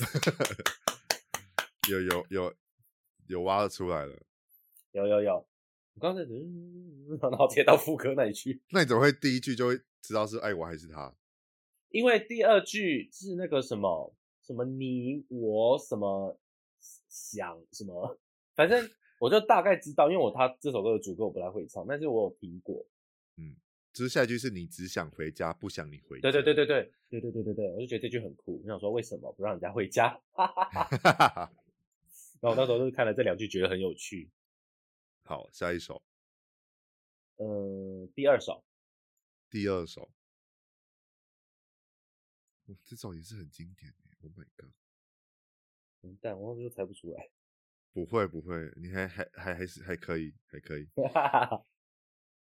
A: 有有有有挖了出来了。
B: 有有有，我刚才嗯然后接到副歌那里去，
A: 那你怎么会第一句就会知道是爱我还是他？
B: 因为第二句是那个什么什么你我什么想什么，反正我就大概知道，因为我他这首歌的主歌我不太会唱，但是我有听过。
A: 就是下一句是你只想回家，不想你回家。
B: 对对对对对对对对对对，我就觉得这句很酷，我想说为什么不让人家回家？
A: 对。
B: 然后我那时候就是看了这两句，觉得很有趣。
A: 好，下一首，
B: 嗯，第二首
A: 第二首，哇这首也是很经典耶。Oh my god！
B: 完蛋，嗯我又猜不出来。
A: 不会不会，你还还还还是还可以，还可以。
B: 哦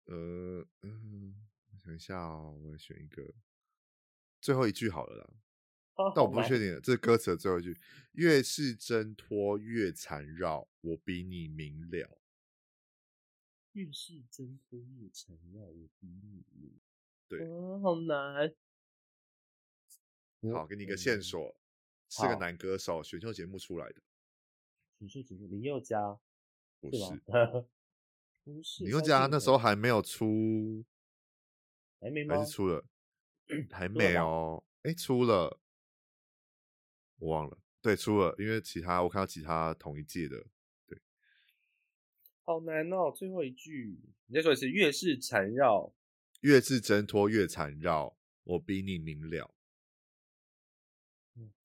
A: 呃嗯，我想一下哦，我选一个最后一句好了啦。但我不确
B: 定。
A: 定了这是歌词的最后一句：越是挣脱，越缠绕，我比你明了。
B: 越是挣脱越缠绕，我比你明。
A: 对
B: 啊好难。
A: 好，给你一个
B: 呃
A: 线索，是个
B: 嗯好
A: 男歌手，选秀节目出来的，
B: 你说只是林宥嘉
A: 不
B: 是
A: 是？
B: 吗？不是，
A: 林宥
B: 张
A: 嘉
B: 信
A: 那时
B: 哲
A: 候还没有出，
B: 还没吗
A: 还？是出了，还
B: 哦出了
A: 没
B: 吗
A: 哦，哎，出了，我忘了，对，出了，因为其他我看到其他同一届的，
B: 好难哦，最后一句你再说一次，越是缠绕，
A: 越是挣脱越缠绕，我比你明了。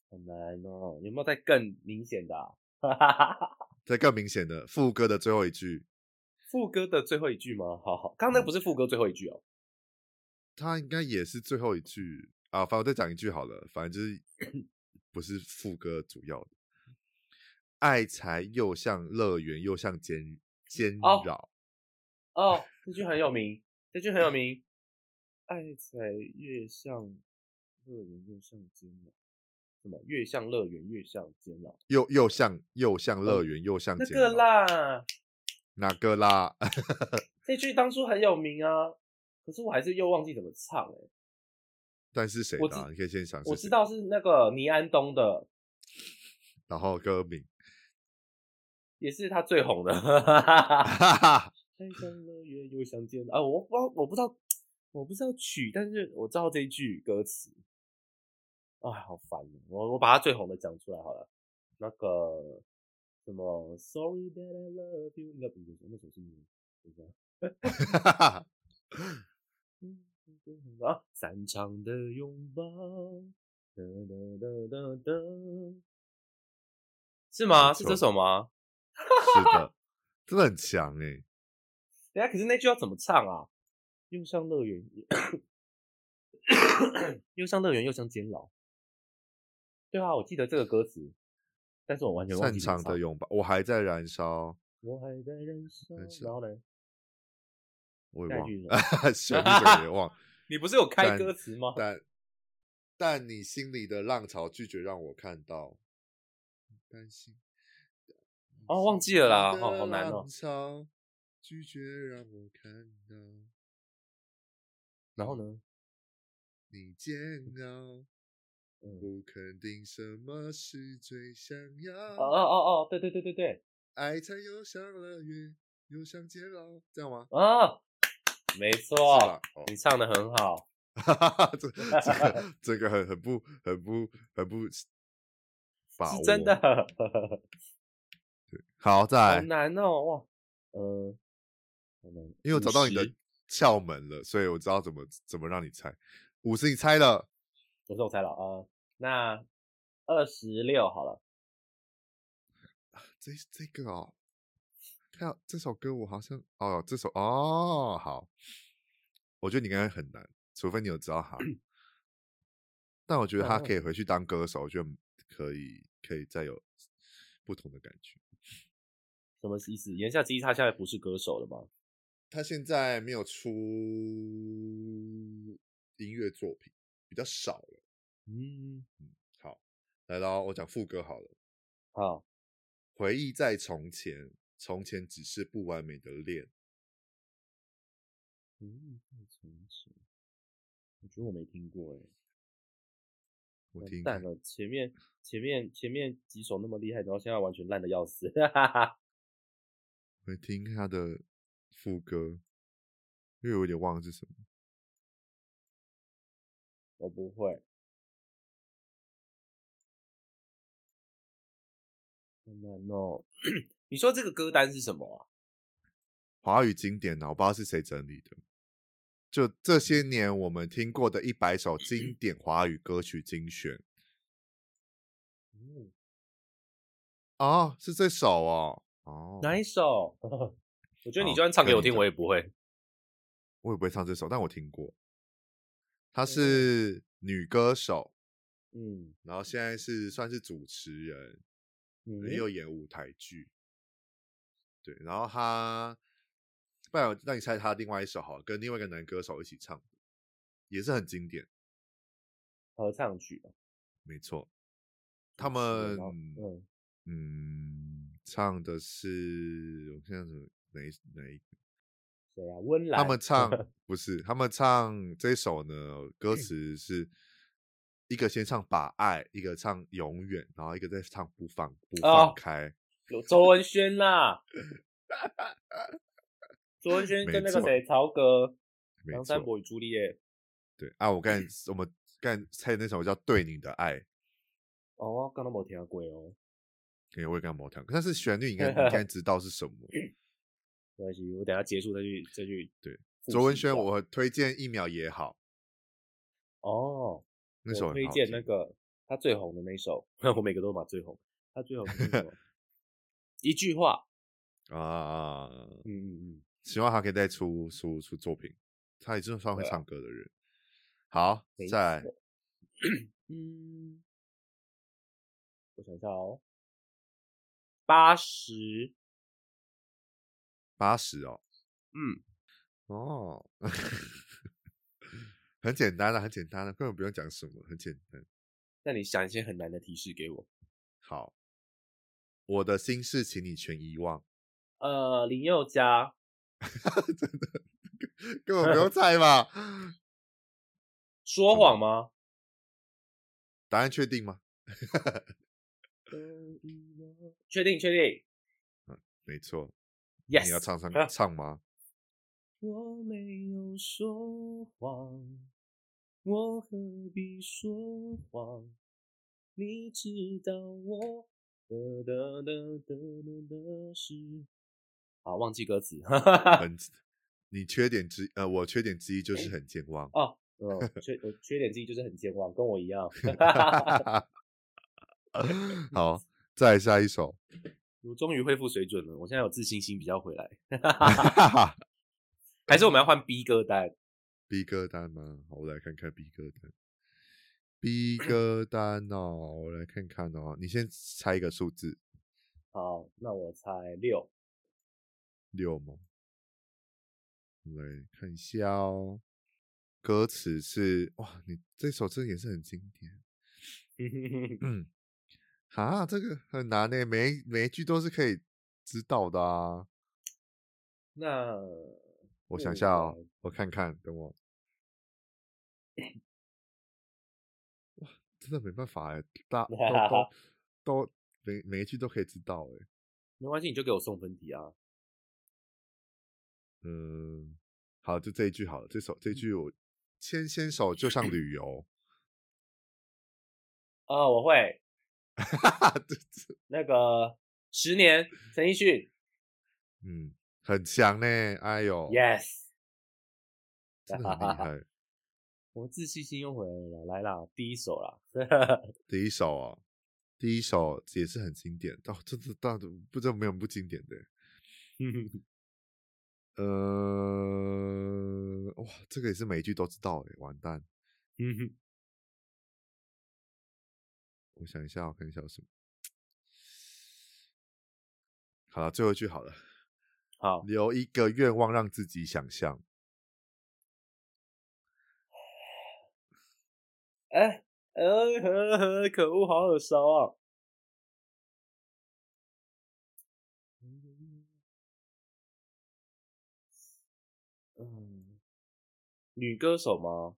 B: 好难哦。有没有再更明显的、啊？哈哈哈哈
A: 这更明显的副歌的最后一句，
B: 副歌的最后一句吗？好好，刚才不是副歌最后一句哦。
A: 他应该也是最后一句啊。反正我再讲一句好了，反正就是不是副歌主要的。爱才又像乐园，又像监监
B: 哦
A: 扰。
B: 哦，这句很有名，这句很有名。爱才越像乐园，越像监牢。什么？越像乐园，越像监牢。
A: 又又像又像乐园，又像
B: 哦那
A: 监
B: 个
A: 牢。
B: 啦，
A: 哪个啦？
B: 这句当初很有名啊，可是我还是又忘记怎么唱哎、
A: 但是谁
B: 我
A: 的啊、
B: 知
A: 你可以先想。
B: 我知。道是那个倪安东的，
A: 然后歌名，
B: 也是他最红的。
A: 哈哈，
B: 爱上乐园又相见啊！我不知道，我不知道，我不知道曲，但是我知道这一句歌词。哎，好烦哦！我我把它最红的讲出来好了。那个什么，Sorry that I love you，应该不是这首，那首是那个
A: 哈哈
B: 啊，散场的拥抱，哒哒哒哒哒，是吗？
A: 没
B: 是
A: 错
B: 这首吗？
A: 是的，真的很强哎、
B: 等一啊下，可是那句要怎么唱啊？又像乐园， 又像乐园，又像监牢。对啊，我记得这个歌词，但是我完全忘
A: 擅
B: 记怎么
A: 长
B: 唱
A: 的拥抱，我还在燃烧，
B: 我还在燃烧
A: 燃。烧
B: 然后呢？
A: 我也
B: 下一
A: 忘
B: 句是
A: 了， 旋律什么也忘了。
B: 你不是有开
A: 但
B: 歌词吗？
A: 但但你心里的浪潮拒绝让我看到，担心。
B: 哦忘记了啦哦好难哦
A: 浪潮拒绝让我看到
B: 然后呢？
A: 你煎熬，
B: 嗯，
A: 不肯定什么是最想
B: 哦
A: 要。
B: 哦哦哦，对对对对对，
A: 爱才又像乐园，又像监牢，这样吗？
B: 啊，没
A: 是
B: 错
A: 吧，哦
B: 你唱的很好。
A: 哈哈哈， 这这个这个很很不很不很不 把握，
B: 是真的。，
A: 好，再
B: 好
A: 来，
B: 难哦，哇，嗯，好难
A: 因为我找到你的
B: 50
A: 窍门了，所以我知道怎么怎么让你猜。五十你猜了，
B: 我说我猜了啊、呃那二十六好了，
A: 啊这这个哦，还有这首歌我好像哦，这首哦好，我觉得你应该很难，除非你有知道他。但我觉得他
B: 嗯
A: 可以回去当歌手，我觉得可以可以再有不同的感觉。
B: 什么意思？言下之意，他现在不是歌手了吗？
A: 他现在没有出音乐作品，比较少了。
B: 嗯，
A: 好，来到我讲副歌好了。
B: 好，
A: 回忆在从前，从前只是不完美的恋。
B: 回忆在从前，我觉得我没听过哎，
A: 我
B: 完
A: 听
B: 蛋
A: 听
B: 了，前面前面前面几首那么厉害，然后现在完全烂的要死， 哈哈哈。
A: 我听他的副歌，因为我有点忘了是什么。
B: 我不会。好难哦。 你说这个歌单是什么啊？
A: 华语经典呢、啊我不知道是谁整理的。就这些年我们听过的一百首经典华语歌曲精选
B: 嗯，
A: 哦，是这首哦，哦，
B: 哪一首？ 我觉得你
A: 好
B: 就算唱给
A: 跟
B: 我
A: 你
B: 听，我也不会。
A: 我也不会唱这首，但我听过。她
B: 嗯
A: 是女歌手，
B: 嗯，
A: 然后现在是算是主持人，也
B: 你
A: 有演舞台剧。对，然后她，不然我让你猜她另外一首好了，跟另外一个男歌手一起唱的，也是很经典，
B: 合唱曲啊吧？
A: 没错。他
B: 主持
A: 们
B: 人哦然后嗯，
A: 嗯，唱的是我现在怎么哪一哪一？
B: 谁啊？温岚。
A: 他们 唱不是，他们唱这首呢，
B: 嗯
A: 歌词是一个先唱把爱，一个唱永远，然后一个在唱不放不
B: 哦
A: 放开。
B: 有周文萱啦。周文萱跟那个
A: 没错
B: 谁，曹格、
A: 没
B: 梁山
A: 错，
B: 伯与朱丽叶。
A: 对啊，我刚才我们刚才猜的那首叫《对你的爱》，
B: 哦，我刚刚没听过哦。
A: 给我也刚刚没弹，但是旋律你应该你应该知道是什 么。
B: 没关系，我等一下结束再去再去
A: 对
B: 复习一下。
A: 卓文萱，我推荐一秒也好，
B: 哦，
A: 那
B: 我
A: 首很
B: 推
A: 好
B: 荐那
A: 听
B: 个他最红的那一首， 我每个都把最红，他最红的是什么？一句话，
A: 啊，
B: 嗯嗯
A: 希望他可以再出出出作品，他也是算会
B: 对啊
A: 唱歌的人。好
B: 没，
A: 再来
B: 嗯嗯，我想一下哦，八十，
A: 八十哦，
B: 嗯，
A: 哦， 很简单的、啊很简单的、根本不用讲什么，很简单。
B: 那你想一些很难的提示给我。
A: 好，我的心事，请你全遗忘，
B: 呃，林宥嘉，
A: 真的根本不 用猜吧？
B: 说谎吗？
A: 答案确定吗？
B: 确定确定
A: 没错，你要
B: ，yes。
A: 唱唱唱吗？
B: 我没有说谎，我何必说谎？你知道我的的的的的的是，好忘记歌词，
A: 很，你缺点之呃，我缺点之一就是很健 忘。
B: 哦，嗯，缺我缺点之一就是很健忘，跟我一样。
A: 好，再来下一首。
B: 我终于恢复水准了，我现在有自信心比较回来，
A: 哈 哈哈
B: 还是我们要换 B 歌单？
A: B 歌单吗？好，我来看看 B 歌单。B 歌单哦，我来看看哦。你先猜一个数字，
B: 好，那我猜六，
A: 六吗？我来看一下哦。歌词是哇，你这首真的也是很经典。嗯，啊，这个很难呢，每一每一句都是可以知道的啊。
B: 那
A: 我
B: 那
A: 想一
B: 你
A: 下
B: 来
A: 哦，我看看，等我。哇，真的没办法哎，大都都都每每一句都可以知道哎。
B: 没关系，你就给我送分题啊。
A: 嗯，好，就这一句好了，这首这一句我牵牵手就像旅游，
B: 啊，我会，
A: 哈哈，这这
B: 那个十年陈奕迅
A: 嗯，很强呢，哎
B: 哦
A: 呦
B: ，yes，
A: 真的很厉害。
B: 我自信心又回来了，来啦，第一首啦，
A: 第一首啊、第一首也是很经典，到这这到不知道有没有不经典的。呃，哇，这个也是每一句都知道哎，完蛋！我想一下，我看一下有什么。好了，最后一句好了，
B: 好，
A: 留一个愿望让自己想象。
B: 哎、呃呵呵，可恶，好耳熟啊！嗯，女歌手吗？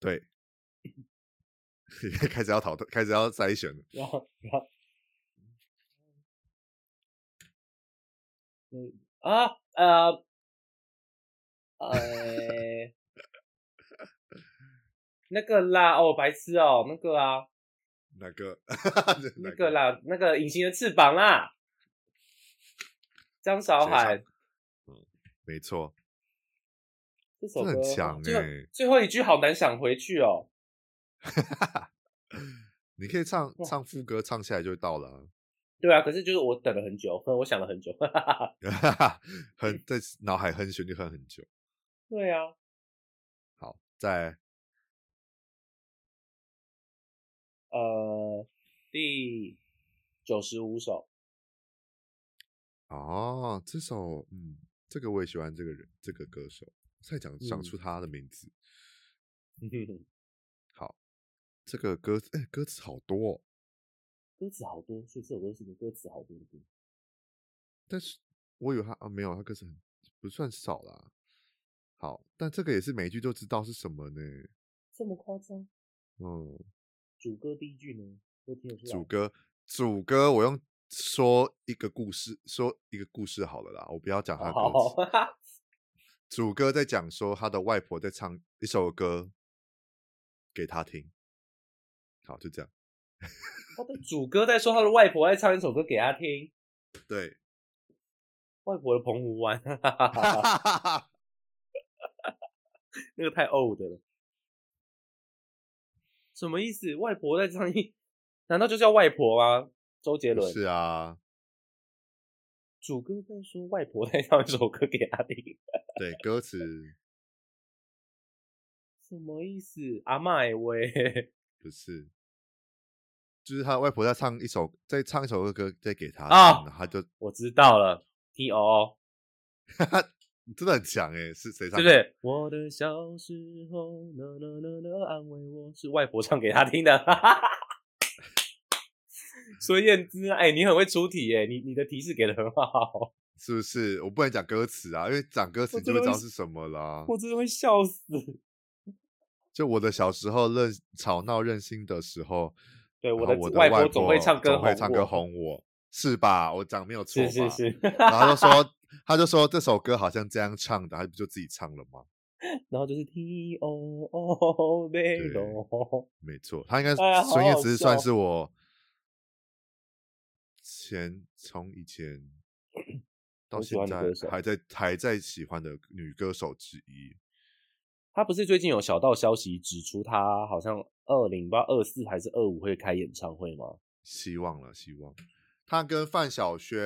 A: 对，开始要淘汰，开始要筛选了。
B: 然后然后，嗯啊呃呃，那个啦哦，白痴哦，那个啊，
A: 哪个？
B: 那
A: 哪
B: 个？啦，那个隐形的翅膀啦，张韶
A: 谁唱
B: 涵
A: 没错，
B: 这首
A: 这
B: 歌
A: 很强
B: 最后
A: 哎。
B: 最后一句好难想回去哦。
A: 你可以唱
B: 哇
A: 唱副歌，唱下来就到了
B: 对啊，可是就是我等了很久，我想了很久。
A: 啊， 哼，在脑海哼旋律哼很久。
B: 对啊，
A: 好，再来
B: 呃，第九十五首，
A: 哦，这首嗯，这个我也喜欢这个人，这个歌手。再讲讲
B: 嗯
A: 出他的名字，好，这个歌词哎、歌词好多、哦，
B: 歌词好多，所以这首歌是个歌词好多的歌。
A: 但是我以为他啊没有，他歌词很不算少啦。好，但这个也是每一句都知道是什么呢？
B: 这么夸张？
A: 嗯，
B: 主歌第一句呢，都听得出来。
A: 主歌主歌，我用说一个故事，说一个故事好了啦，我不要讲他的歌词。
B: 哦好，
A: 主歌在讲说他的外婆在唱一首歌给他听，好，就这样。
B: 他的主歌在说他的外婆在唱一首歌给他听，
A: 对，
B: 外婆的澎湖湾，
A: 好
B: 那个太 old 了。什么意思？外婆在唱一，难道就叫外婆吗？周杰伦
A: 是啊，
B: 主歌在说外婆在唱一首歌给他听，
A: 对，歌词
B: 什么意思？阿妈也喂，
A: 不是，就是他外婆在唱一首，在唱一首歌再给他
B: 啊
A: 听然后他就
B: 我知道了，T O O，
A: 真的很强哎、是谁唱的？
B: 对不对？我的小时候，呢呢呢呢，安慰我是外婆唱给他听的， 哈哈哈。孙燕姿，哎、你很会出题耶，你你的提示给的很好，
A: 是不是？我不能讲歌词啊，因为讲歌词
B: 我
A: 你就
B: 真
A: 会知
B: 的
A: 道
B: 会
A: 是什么啦。
B: 我真的会笑死。
A: 就我的小时候任吵闹任性的时候，
B: 对，我
A: 然后
B: 的
A: 我
B: 外
A: 婆
B: 总会唱歌，
A: 总会唱歌，哄我，是吧？我讲没有错吧？
B: 是是是，
A: 然后他就说，他就说这首歌好像这样唱的，他不就自己唱了吗？
B: 然后就是 T O O 内容。
A: 没错，他应该
B: 哎呀好
A: 孙燕
B: 好
A: 姿算
B: 笑
A: 是我前从以前 到
B: 我喜
A: 现
B: 欢的
A: 在
B: 歌手
A: 还在还在喜欢的女歌手之一。
B: 他不是最近有小道消息指出，他好像二零八二四还是二五会开演唱会吗？
A: 希望了，希望他跟范晓萱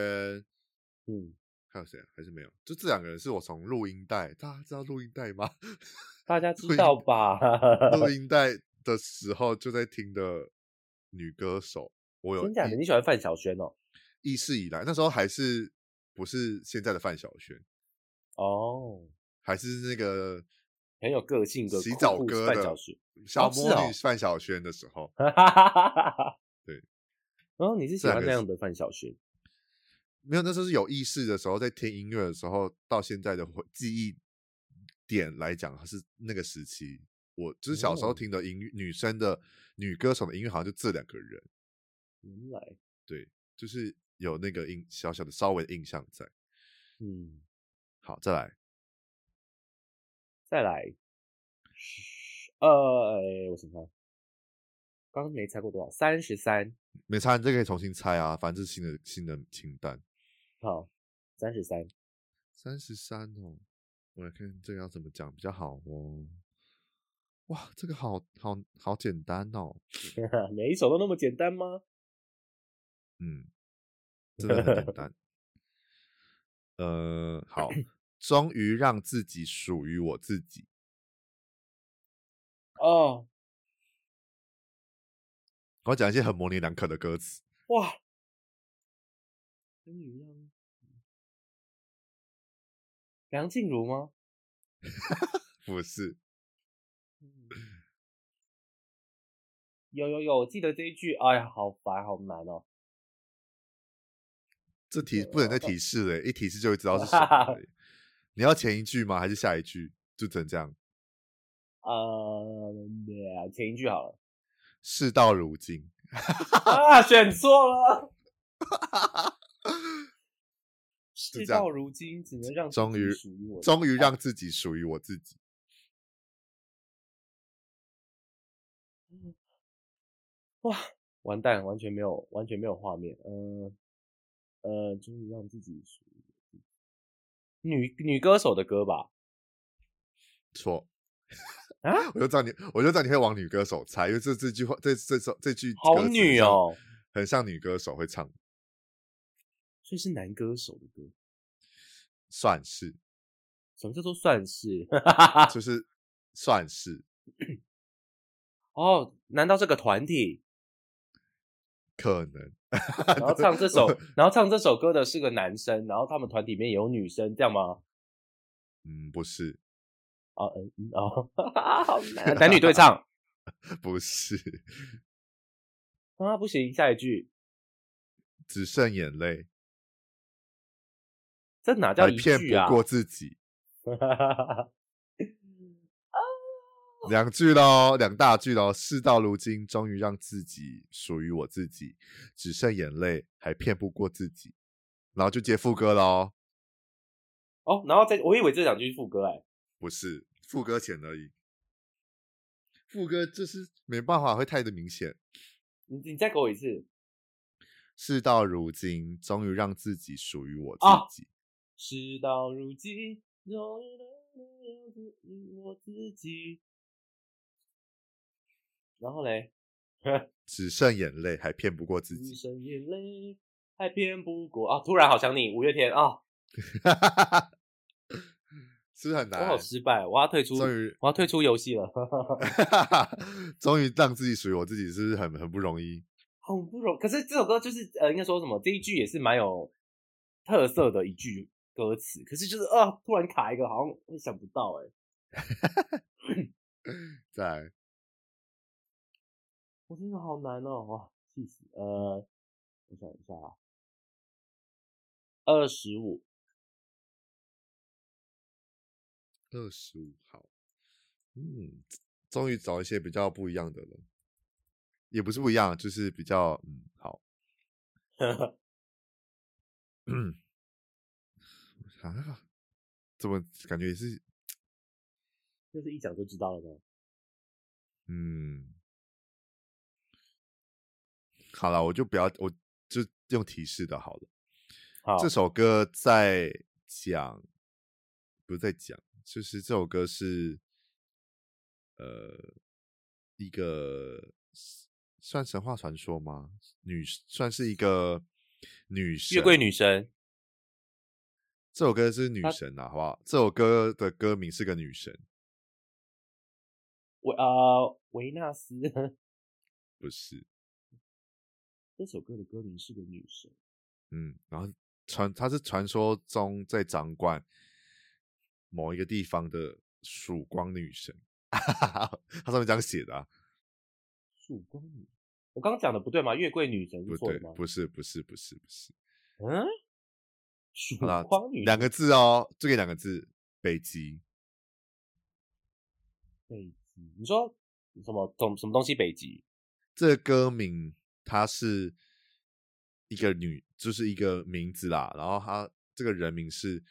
B: 嗯，
A: 还有谁啊还是没有？就这两个人是我从录音带，大家知道录音带吗？
B: 大家知道吧？呃
A: 录音带的时候就在听的女歌手，我有
B: 真假的？
A: 一
B: 你喜欢范晓萱哦？
A: 意识以来，那时候还是不是现在的范晓萱，
B: 哦，
A: 还是那个
B: 很有个性的
A: 洗
B: 酷
A: 澡
B: 酷
A: 歌
B: 范
A: 的
B: 晓 萱。
A: 小
B: 哦是
A: 魔女
B: 哦
A: 范晓萱的时候，
B: 哈哈哈哈哈！
A: 对，
B: 哦，你是喜
A: 这两
B: 欢
A: 个
B: 那
A: 是
B: 样的范晓萱？
A: 没有，那时候是有意识的时候，在听音乐的时候，到现在的回记忆点来讲，它是那个时期。我就是小时候
B: 哦
A: 听的音乐，女生的女歌手的音乐，好像就这两个人，
B: 原来，
A: 就是有那个印小小的稍微的印象在。
B: 嗯，
A: 好，再来，
B: 再来，呃，哎我想想，刚刚没猜过多少，三十三，
A: 没差，你这个可以重新猜啊，反正是新的新的清单。
B: 好，三十三，
A: 三十三哦，我来看这个要怎么讲比较好哦。哇，这个好好好简单哦，
B: 每一首都那么简单吗？
A: 嗯，真的很简单。呃， 好，终于让自己属于我自己。
B: 哦，
A: 我讲一些很模棱两可的歌词，
B: 哇，跟你一样，梁静茹吗？
A: 不是嗯
B: 有有有，我记得这一句，哎呀，好烦，好难哦。
A: 这提不能再
B: 呃
A: 提示了，一提示就会知道是什么 了耶。你要前一句吗？还是下一句？就只能这样。
B: 嗯呃，对啊前一句好了，
A: 事到如今，
B: 啊，选错了。
A: 就
B: 事
A: 这样
B: 到如今，只能让自己
A: 终于
B: 属于我的
A: 终于让自己属于我自己。
B: 哇，完蛋，完全没有，完全没有画面。呃，呃，终于让自己属于自己女女歌手的歌吧？
A: 错
B: 啊，
A: 我就知道你，我就知道你会往女歌手猜，因为这这句话，这这首这句歌
B: 好
A: 词
B: 女
A: 像，
B: 哦，
A: 很像女歌手会唱，
B: 所以是男歌手的歌。
A: 算是
B: 什么叫做算是？ 啊
A: 就是算是
B: 哦，难道这个团体，
A: 可能。
B: 然 后唱这首，然后唱这首歌的是个男生，然后他们团里面有女生，这样吗？
A: 嗯，不是，
B: 啊，嗯 嗯哦，
A: 啊
B: 好难， 男女对唱
A: 不是，
B: 啊，不行，下一句，
A: 只剩眼泪，
B: 这哪叫
A: 还
B: 一
A: 骗
B: 句啊
A: 不？过自己。
B: 啊
A: 两句喽，两大句喽。事到如今，终于让自己属于我自己，只剩眼泪，还骗不过自己，然后就接副歌喽。
B: 哦，然后再，我以为这两句是副歌哎、
A: 不是副歌前而已，副歌就是没办法会太的明显。
B: 你你再给我一次。
A: 事到如今，终于让自己属于我
B: 啊
A: 自己。
B: 事到如今，终于能属于我自己。然后嘞，
A: 只剩眼泪，还骗不过自
B: 只
A: 己。
B: 剩眼泪，还骗不过啊！突然好想你，五月天啊，
A: 是不是很
B: 我
A: 难？
B: 好失败，我要退出，
A: 终于，
B: 我要退出游戏了，
A: 终于让自己属于我自己，是不是很很不容易？
B: 好不容易。可是这首歌就是呃，应该说什么？这一句也是蛮有特色的一句歌词，可是就是啊，突然卡一个，好像我想不到哎、
A: 再来，
B: 我真的好难哦，哇，气死！呃，我想一下啊，二十五，
A: 二十五号，嗯，终于找一些比较不一样的了，也不是不一样，就是比较嗯好
B: 嗯
A: 啊，怎么感觉也是
B: 就是一讲就知道了呢。
A: 嗯，好了，我就不要，我就用提示的好了。
B: 好，
A: 这首歌在讲，不是在讲，就是这首歌是，呃，一个算神话传说吗？女算是一个女神，
B: 月桂女神，
A: 这首歌是女
B: 她
A: 神啊，好不好？这首歌的歌名是个女神，
B: 维呃维纳斯
A: 不是，
B: 这首歌的歌名是个女神，
A: 嗯，然后传她是传说中在掌管某一个地方的曙光女神， 它上面这样写的、啊。
B: 曙光女。我刚讲的不对吗？月桂女神
A: 不
B: 是错
A: 对
B: 的，吗？
A: 不是，不是，不是，不是，
B: 嗯，曙
A: 好啦
B: 光女
A: 两
B: 神
A: 个字哦，就给两个字，北极。
B: 北极，你说什么什么什么东西北极？
A: 这个歌名它是一个女，就是一个名字啦，然后她这个人名是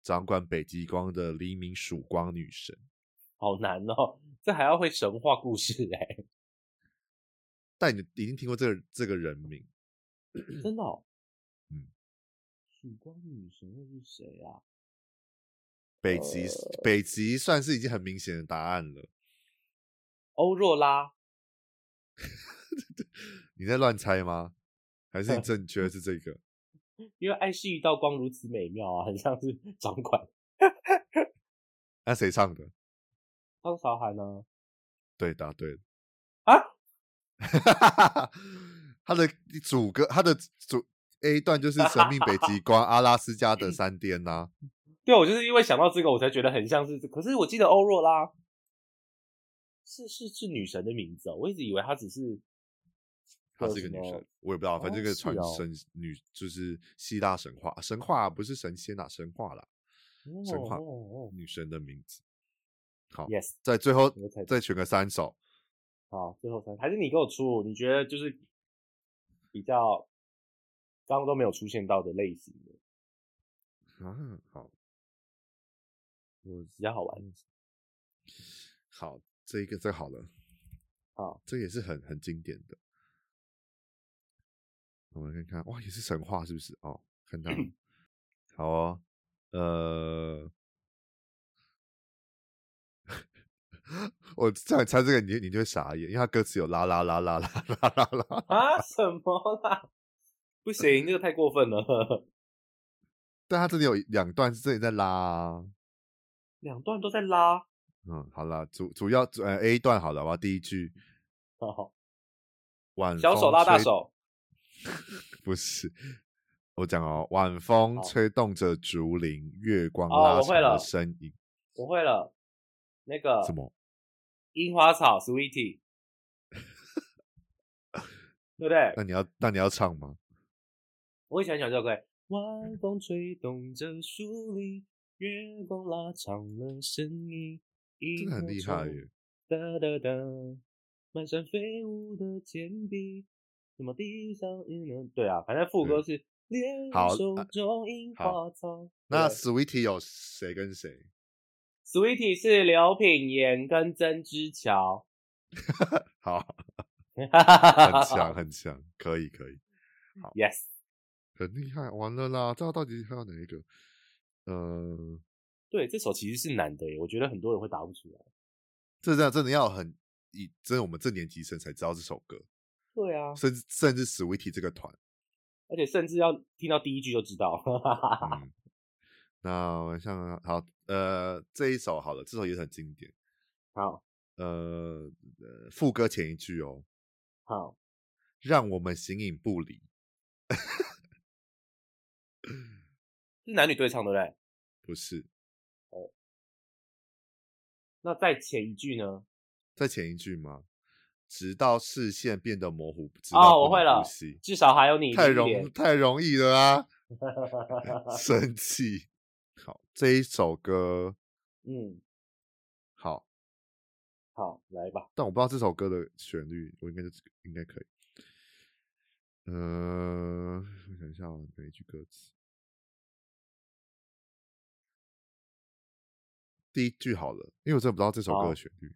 A: 掌管北极光的黎明曙光女神。
B: 好难哦，这还要会神话故事哎、
A: 但你已经听过这个这个人名，
B: 真的、哦，
A: 嗯，
B: 曙光女神会是谁啊？
A: 北
B: 呃
A: 极、北极算是已经很明显的答案了。
B: 欧若拉，
A: 你在乱猜吗？还 是你正确是这个？
B: 因为爱是一道光，如此美妙啊，很像是掌管
A: 那谁唱的？
B: 张韶涵呢、
A: 对，答对了。
B: 啊？
A: 他的主歌，他的主 A 段就是神秘北极光、阿拉斯加的 山巅呐、
B: 对，我就是因为想到这个，我才觉得很像是这。可是我记得欧若拉是是是女神的名字哦，我一直以为她只是
A: 她
B: 叫
A: 是一个
B: 什
A: 女
B: 么
A: 神，我也不知道，反正
B: 哦
A: 这个
B: 是
A: 传
B: 哦
A: 神女就是希腊神话，神话不是神仙啊，神话啦，神话
B: 哦哦哦
A: 女神的名字。好，
B: ，yes，
A: 在最后
B: 我才
A: 再选个三首，
B: 好，最后三，还是你给我出，你觉得就是比较刚刚都没有出现到的类型的，
A: 啊，好，我
B: 嗯比较好玩。
A: 嗯好，这一个这好了，
B: 好，
A: 这也是很很经典的。我们看看，哇，也是神话是不是？哦，看 到了，好哦，呃， 我这样猜这个你就你就会傻眼，因为它歌词有啦啦啦啦啦啦啦 啦，
B: 啊？什么啦？不行，这个太过分了。
A: 但它这里有一两段是真的在拉、啊。
B: 两段都在拉，
A: 嗯，好啦，主主要主呃 A 段好了，我要第一句，
B: 好，
A: 晚
B: 小手
A: 风
B: 拉大
A: 吹
B: 手，
A: 不是，我讲哦，晚风
B: 好
A: 吹动着竹林，月光
B: 哦
A: 拉
B: 我会
A: 长了
B: 了
A: 身影。
B: 我会了。那个
A: 什么？
B: 樱花草，sweetie，对不对？
A: 那你要那你要唱吗？
B: 我以前很喜欢这首歌欸。晚风吹动着树林，月光拉长了身影。
A: 真的很厉害耶！
B: 哒哒哒，满山飞舞的铅笔，什么地上一人？对啊，反正副歌是联
A: 好
B: 手
A: 啊
B: 种樱
A: 好
B: 花草。
A: 那
B: 对
A: Sweetie 有谁跟谁？
B: Sweetie 是刘品言跟曾之乔，
A: 好，
B: 很
A: 很强很强，可以可以，
B: Yes，
A: 很厉害，完了啦！这到底还有哪一个？呃，
B: 对，这首其实是难的耶，我觉得很多人会答不出来。
A: 这这真的要很以真的我们这年级生才知道这首歌，
B: 对啊，
A: 甚至甚至 Sweetie 这个团。
B: 而且甚至要听到第一句就知道。
A: 嗯，那我像好呃这一首好了，这首也是很经典。
B: 好
A: 呃，呃副歌前一句哦，
B: 好，
A: 让我们形影不离，
B: 是男女对唱对不对？
A: 不是
B: 那在前一句呢？
A: 在前一句吗？直到视线变得模糊，直到
B: 哦，我
A: 不能
B: 会了
A: 呼吸，
B: 至少还有你
A: 太
B: 的一
A: 容
B: 脸
A: 太容易了 啊，生气。好，这一首歌
B: 嗯，
A: 好，
B: 好，来吧。
A: 但我不知道这首歌的旋律，我应该就应该可以。呃，我想一下哦，哪一句歌词？第一句好了，因为我真的不知道这首歌
B: 好
A: 的旋律。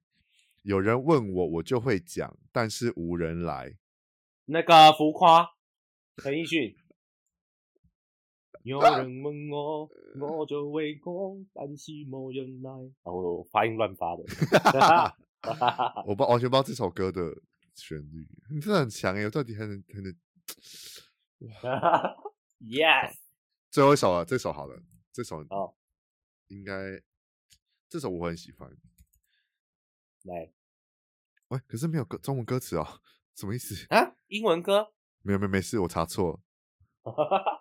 A: 有人问我，我就会讲，但是无人来。
B: 那个 浮夸，陈奕迅。有人问我，我就会讲，但是没人来。啊，我我发音 乱发的。啊
A: 我不完全不知道这首歌的旋律，你真的很强哎、我到底还能还能？
B: yes，
A: 最后一首了，啊这首好了，这首
B: 好
A: 应该这首我很喜欢。
B: 来
A: 喂，可是没有歌中文歌词哦，什么意思？
B: 啊，英文歌。
A: 没有没有没事，我查错了。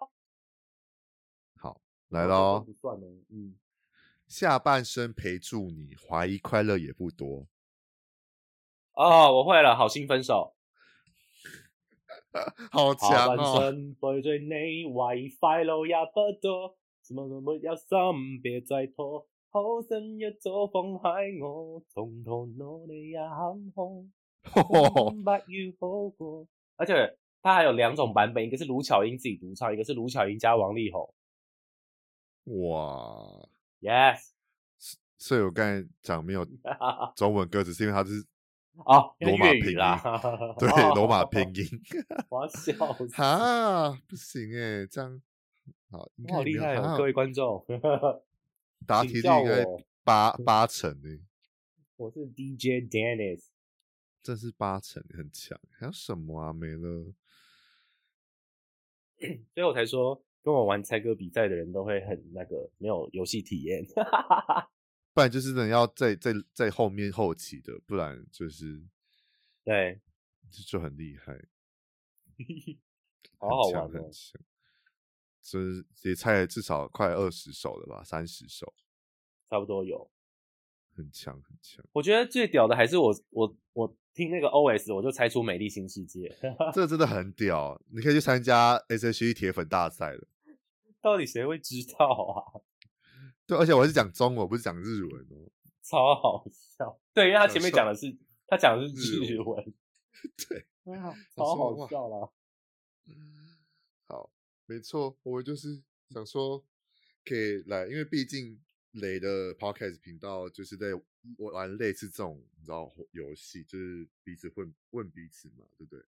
A: 好，来
B: 了，
A: 喽
B: 不，算呢。嗯，
A: 下半生陪住你，怀疑快乐也不多。
B: 哦，我会了，好心分手。
A: 好
B: 下
A: 强
B: 半
A: 哦！
B: 生背着你，怀疑快乐也不多，什么都没有心，别再拖。好心一早放喺我，從頭努力也坎坷， 明白要好過。而且它还有两种版本，一个是卢巧音自己独唱，一个是卢巧音加王力宏。
A: 哇，
B: Yes，
A: 所以我刚才讲没有中文歌词，是因为它 是
B: 哦，因
A: 罗
B: 为
A: 马
B: 粤
A: 拼
B: 语
A: 音
B: 啦，
A: 对
B: 哦
A: 罗马拼，音。
B: 我要笑死，
A: 哈，不行哎，这样好，应
B: 我
A: 该
B: 好
A: 也没
B: 厉
A: 有
B: 害
A: 哈
B: 哦，各位观众，
A: 答
B: 请
A: 题率
B: 叫
A: 应该
B: 我嗯
A: 八八成哎，
B: 我是 DJ Dennis。
A: 真是八成，很强。还有什么啊？没了。
B: 所以我才说跟我玩猜歌比赛的人都会很那个没有游戏体验。
A: 不然就是等要在在在后面后期的，不然就是
B: 对，
A: 就就很厉害，
B: 好
A: 很
B: 好
A: 强
B: 玩
A: 很
B: 哦。
A: 强。所以也猜了至少快二十首了吧，三十首，
B: 差不多有。
A: 很强很强。
B: 我觉得最屌的还是我我我听那个 OS 我就猜出《美丽新世界》
A: 这个真的很屌，你可以去参加 S.H.E 铁粉大赛了。
B: 到底谁会知道啊？
A: 对，而且我还是讲中文，不是讲日文哦。
B: 超好笑。对，因为他前面
A: 享
B: 讲
A: 受
B: 的是他讲的是
A: 日
B: 日
A: 文
B: 文，
A: 对，
B: 哎呀，
A: 我
B: 好
A: 说
B: 好
A: 哇
B: 笑啦。
A: 好，没错，我们就是想说可以来，因为毕竟雷的 podcast 频道就是在我玩类似这种你知道游戏，就是彼此问问彼此嘛，对不对？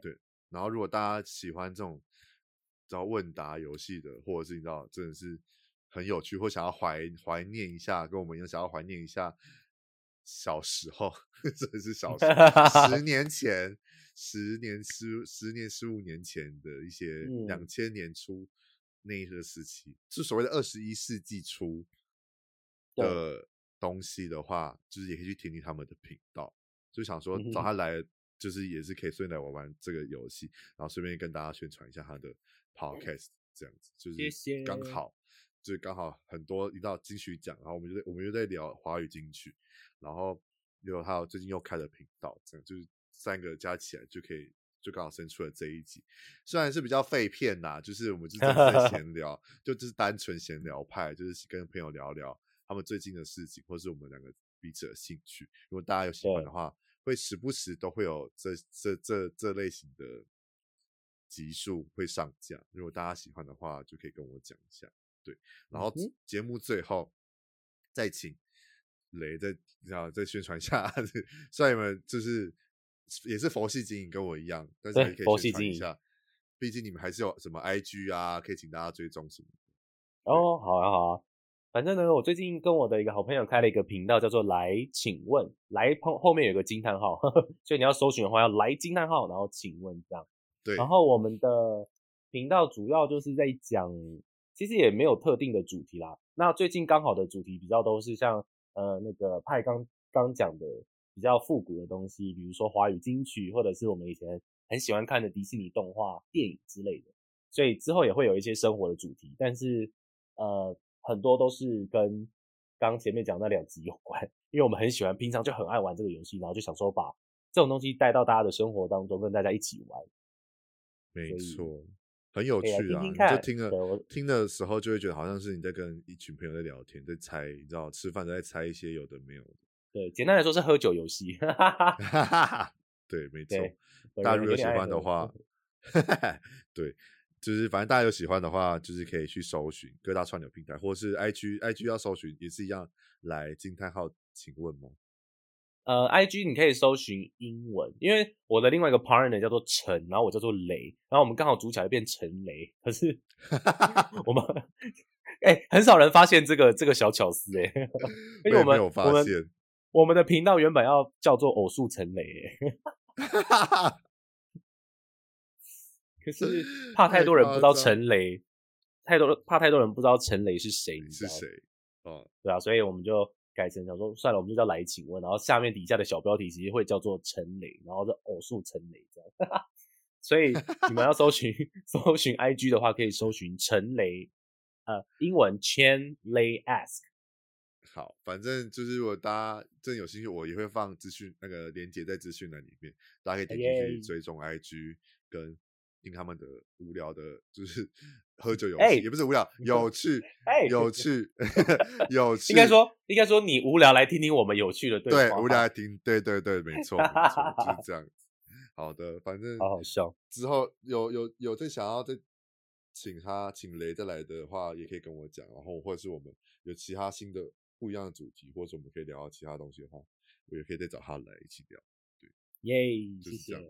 B: 对，
A: 然后如果大家喜欢这种知道问答游戏的，或者是你知道真的是很有趣，或想要怀怀念一下，跟我们一样想要怀念一下小时候， 真的是小时候十年前。十年十十年十五年前的一些
B: 嗯
A: 两千年初那一个时期，就所谓的二十一世纪初
B: 对
A: 的东西的话，就是也可以去听听他们的频道，就想说找
B: 嗯哼
A: 他来，就是也是可以顺便来玩玩这个游戏，然后顺便跟大家宣传一下他的 podcast，这样子就
B: 嗯谢
A: 是刚
B: 谢
A: 好。就是刚好很多一到金曲奖，然后我们就在我们又在聊华语金曲，然后又还有最近又开了频道，这样就是三个加起来就可以，就刚好生出了这一集。虽然是比较废片啦，就是我们就真的 是在闲聊，就只是单纯闲聊派，就是跟朋友聊聊他们最近的事情，或是我们两个彼此的兴趣。如果大家有喜欢
B: 对
A: 的话，会时不时都会有这这这这类型的集数会上架。如果大家喜欢的话，就可以跟我讲一下。对，然后
B: 嗯哼
A: 节目最后再请雷再然后再宣传一下， 虽然你们就是也是佛系经营，跟我一样，但是
B: 对
A: 还可
B: 佛
A: 以
B: 系
A: 宣传一
B: 经营
A: 下。毕竟你们还是有什么 IG 啊，可以请大家追踪什么的。
B: 哦，好啊，好啊。反正呢，我最近跟我的一个好朋友开了一个频道，叫做“来，请问”，来后后面有个惊叹号， 所以你要搜寻的话要来惊叹号，然后请问这样。
A: 对，
B: 然后我们的频道主要就是在讲，其实也没有特定的主题啦。那最近刚好的主题比较都是像呃那个派刚刚讲的比较复古的东西，比如说华语金曲，或者是我们以前很喜欢看的迪士尼动画、电影之类的。所以之后也会有一些生活的主题，但是呃很多都是跟刚前面讲那两集有关，因为我们很喜欢，平常就很爱玩这个游戏，然后就想说把这种东西带到大家的生活当中，跟大家一起玩。
A: 没
B: 所以
A: 错，很有
B: 可以来
A: 趣啊！
B: 听听
A: 你就
B: 看
A: 听了
B: 对我
A: 听的时候，就会觉得好像是你在跟一群朋友在聊天，在猜，你知道，吃饭都在猜一些有的没有的。
B: 对，简单来说是喝酒游戏。 哈哈哈。
A: 对，没错。
B: 啊对，本
A: 大家
B: 人
A: 如果
B: 有
A: 喜
B: 点爱
A: 欢的
B: 喝
A: 话， 对，就是反正大家有喜欢的话，就是可以去搜寻各大串流平台，或是 IG IG 要搜寻也是一样，来惊叹号，请问吗？
B: 呃，IG 你可以搜寻英文，因为我的另外一个 partner 叫做陈，然后我叫做雷，然后我们刚好组起来就变陈雷，可是
A: 嗯
B: 我们哎、很少人发现这个这个小巧思哎、 而
A: 也
B: 且 我
A: 没
B: 们
A: 有
B: 我
A: 发
B: 们
A: 现，
B: 我们的频道原本要叫做偶数陈雷、欸，可是怕太多人不知
A: 太
B: 道
A: 夸张
B: 陈雷，太多怕太多人不知道陈雷是谁，你
A: 是
B: 知道吗
A: 谁？哦，
B: 对啊，所以我们就改成想说，算了，我们就叫来请问，然后下面底下的小标题其实会叫做陈雷，然后是偶数陈雷这样。 所以你们要搜寻搜寻 IG 的话，可以搜寻陈雷，呃，英文 Chen Lay Ask。
A: 好，反正就是如果大家真的有兴趣，我也会放资讯那个连接在资讯栏里面，大家可以
B: 哎
A: 点进去
B: 耶
A: 追踪 IG 跟听他们的无聊的，就是 喝酒游戏，
B: 哎
A: 也不是无聊，有趣，
B: 哎
A: 有趣，有趣，
B: 应该说应该说你无聊来听听我们有趣的
A: 对
B: 话，
A: 无聊，来听，对对对，没错，没错，就是这样子。好的，反正
B: 好好笑。
A: 之后有有有再想要再请他请雷再来的话，也可以跟我讲，然后或者是我们有其他新的不一样的主题，或者我们可以聊到其他东西的话，我也可以再找他来一起聊。
B: 耶、
A: 就是
B: 谢
A: 这
B: 谢
A: 样。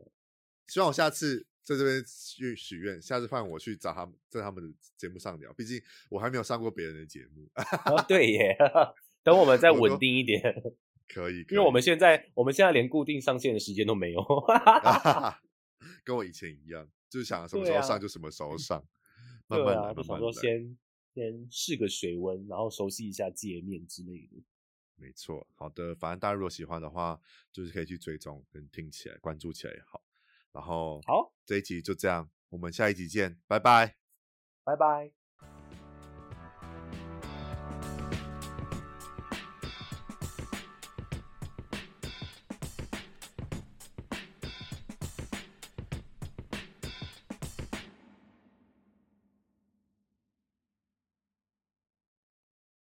A: 希望我下次在这边去许愿，下次换我去找他们，在他们的节目上聊，毕竟我还没有上过别人的节目，
B: 哦，对耶， 等我们再
A: 我说
B: 稳定一点，
A: 可以，可
B: 因为我
A: 以
B: 们现在我们现在连固定上线的时间都没有。
A: 跟我以前一样，就是想什么时
B: 对
A: 候
B: 啊
A: 上就什么时候上，慢
B: 对
A: 慢
B: 啊，
A: 来，
B: 就
A: 慢慢
B: 想说
A: 来。
B: 先先试个水温，然后熟悉一下界面之类的。
A: 没错，好的，反正大家如果喜欢的话，就是可以去追踪跟听起来、关注起来也好。然后
B: 好，
A: 这一集就这样，我们下一集见，拜拜。
B: 拜拜。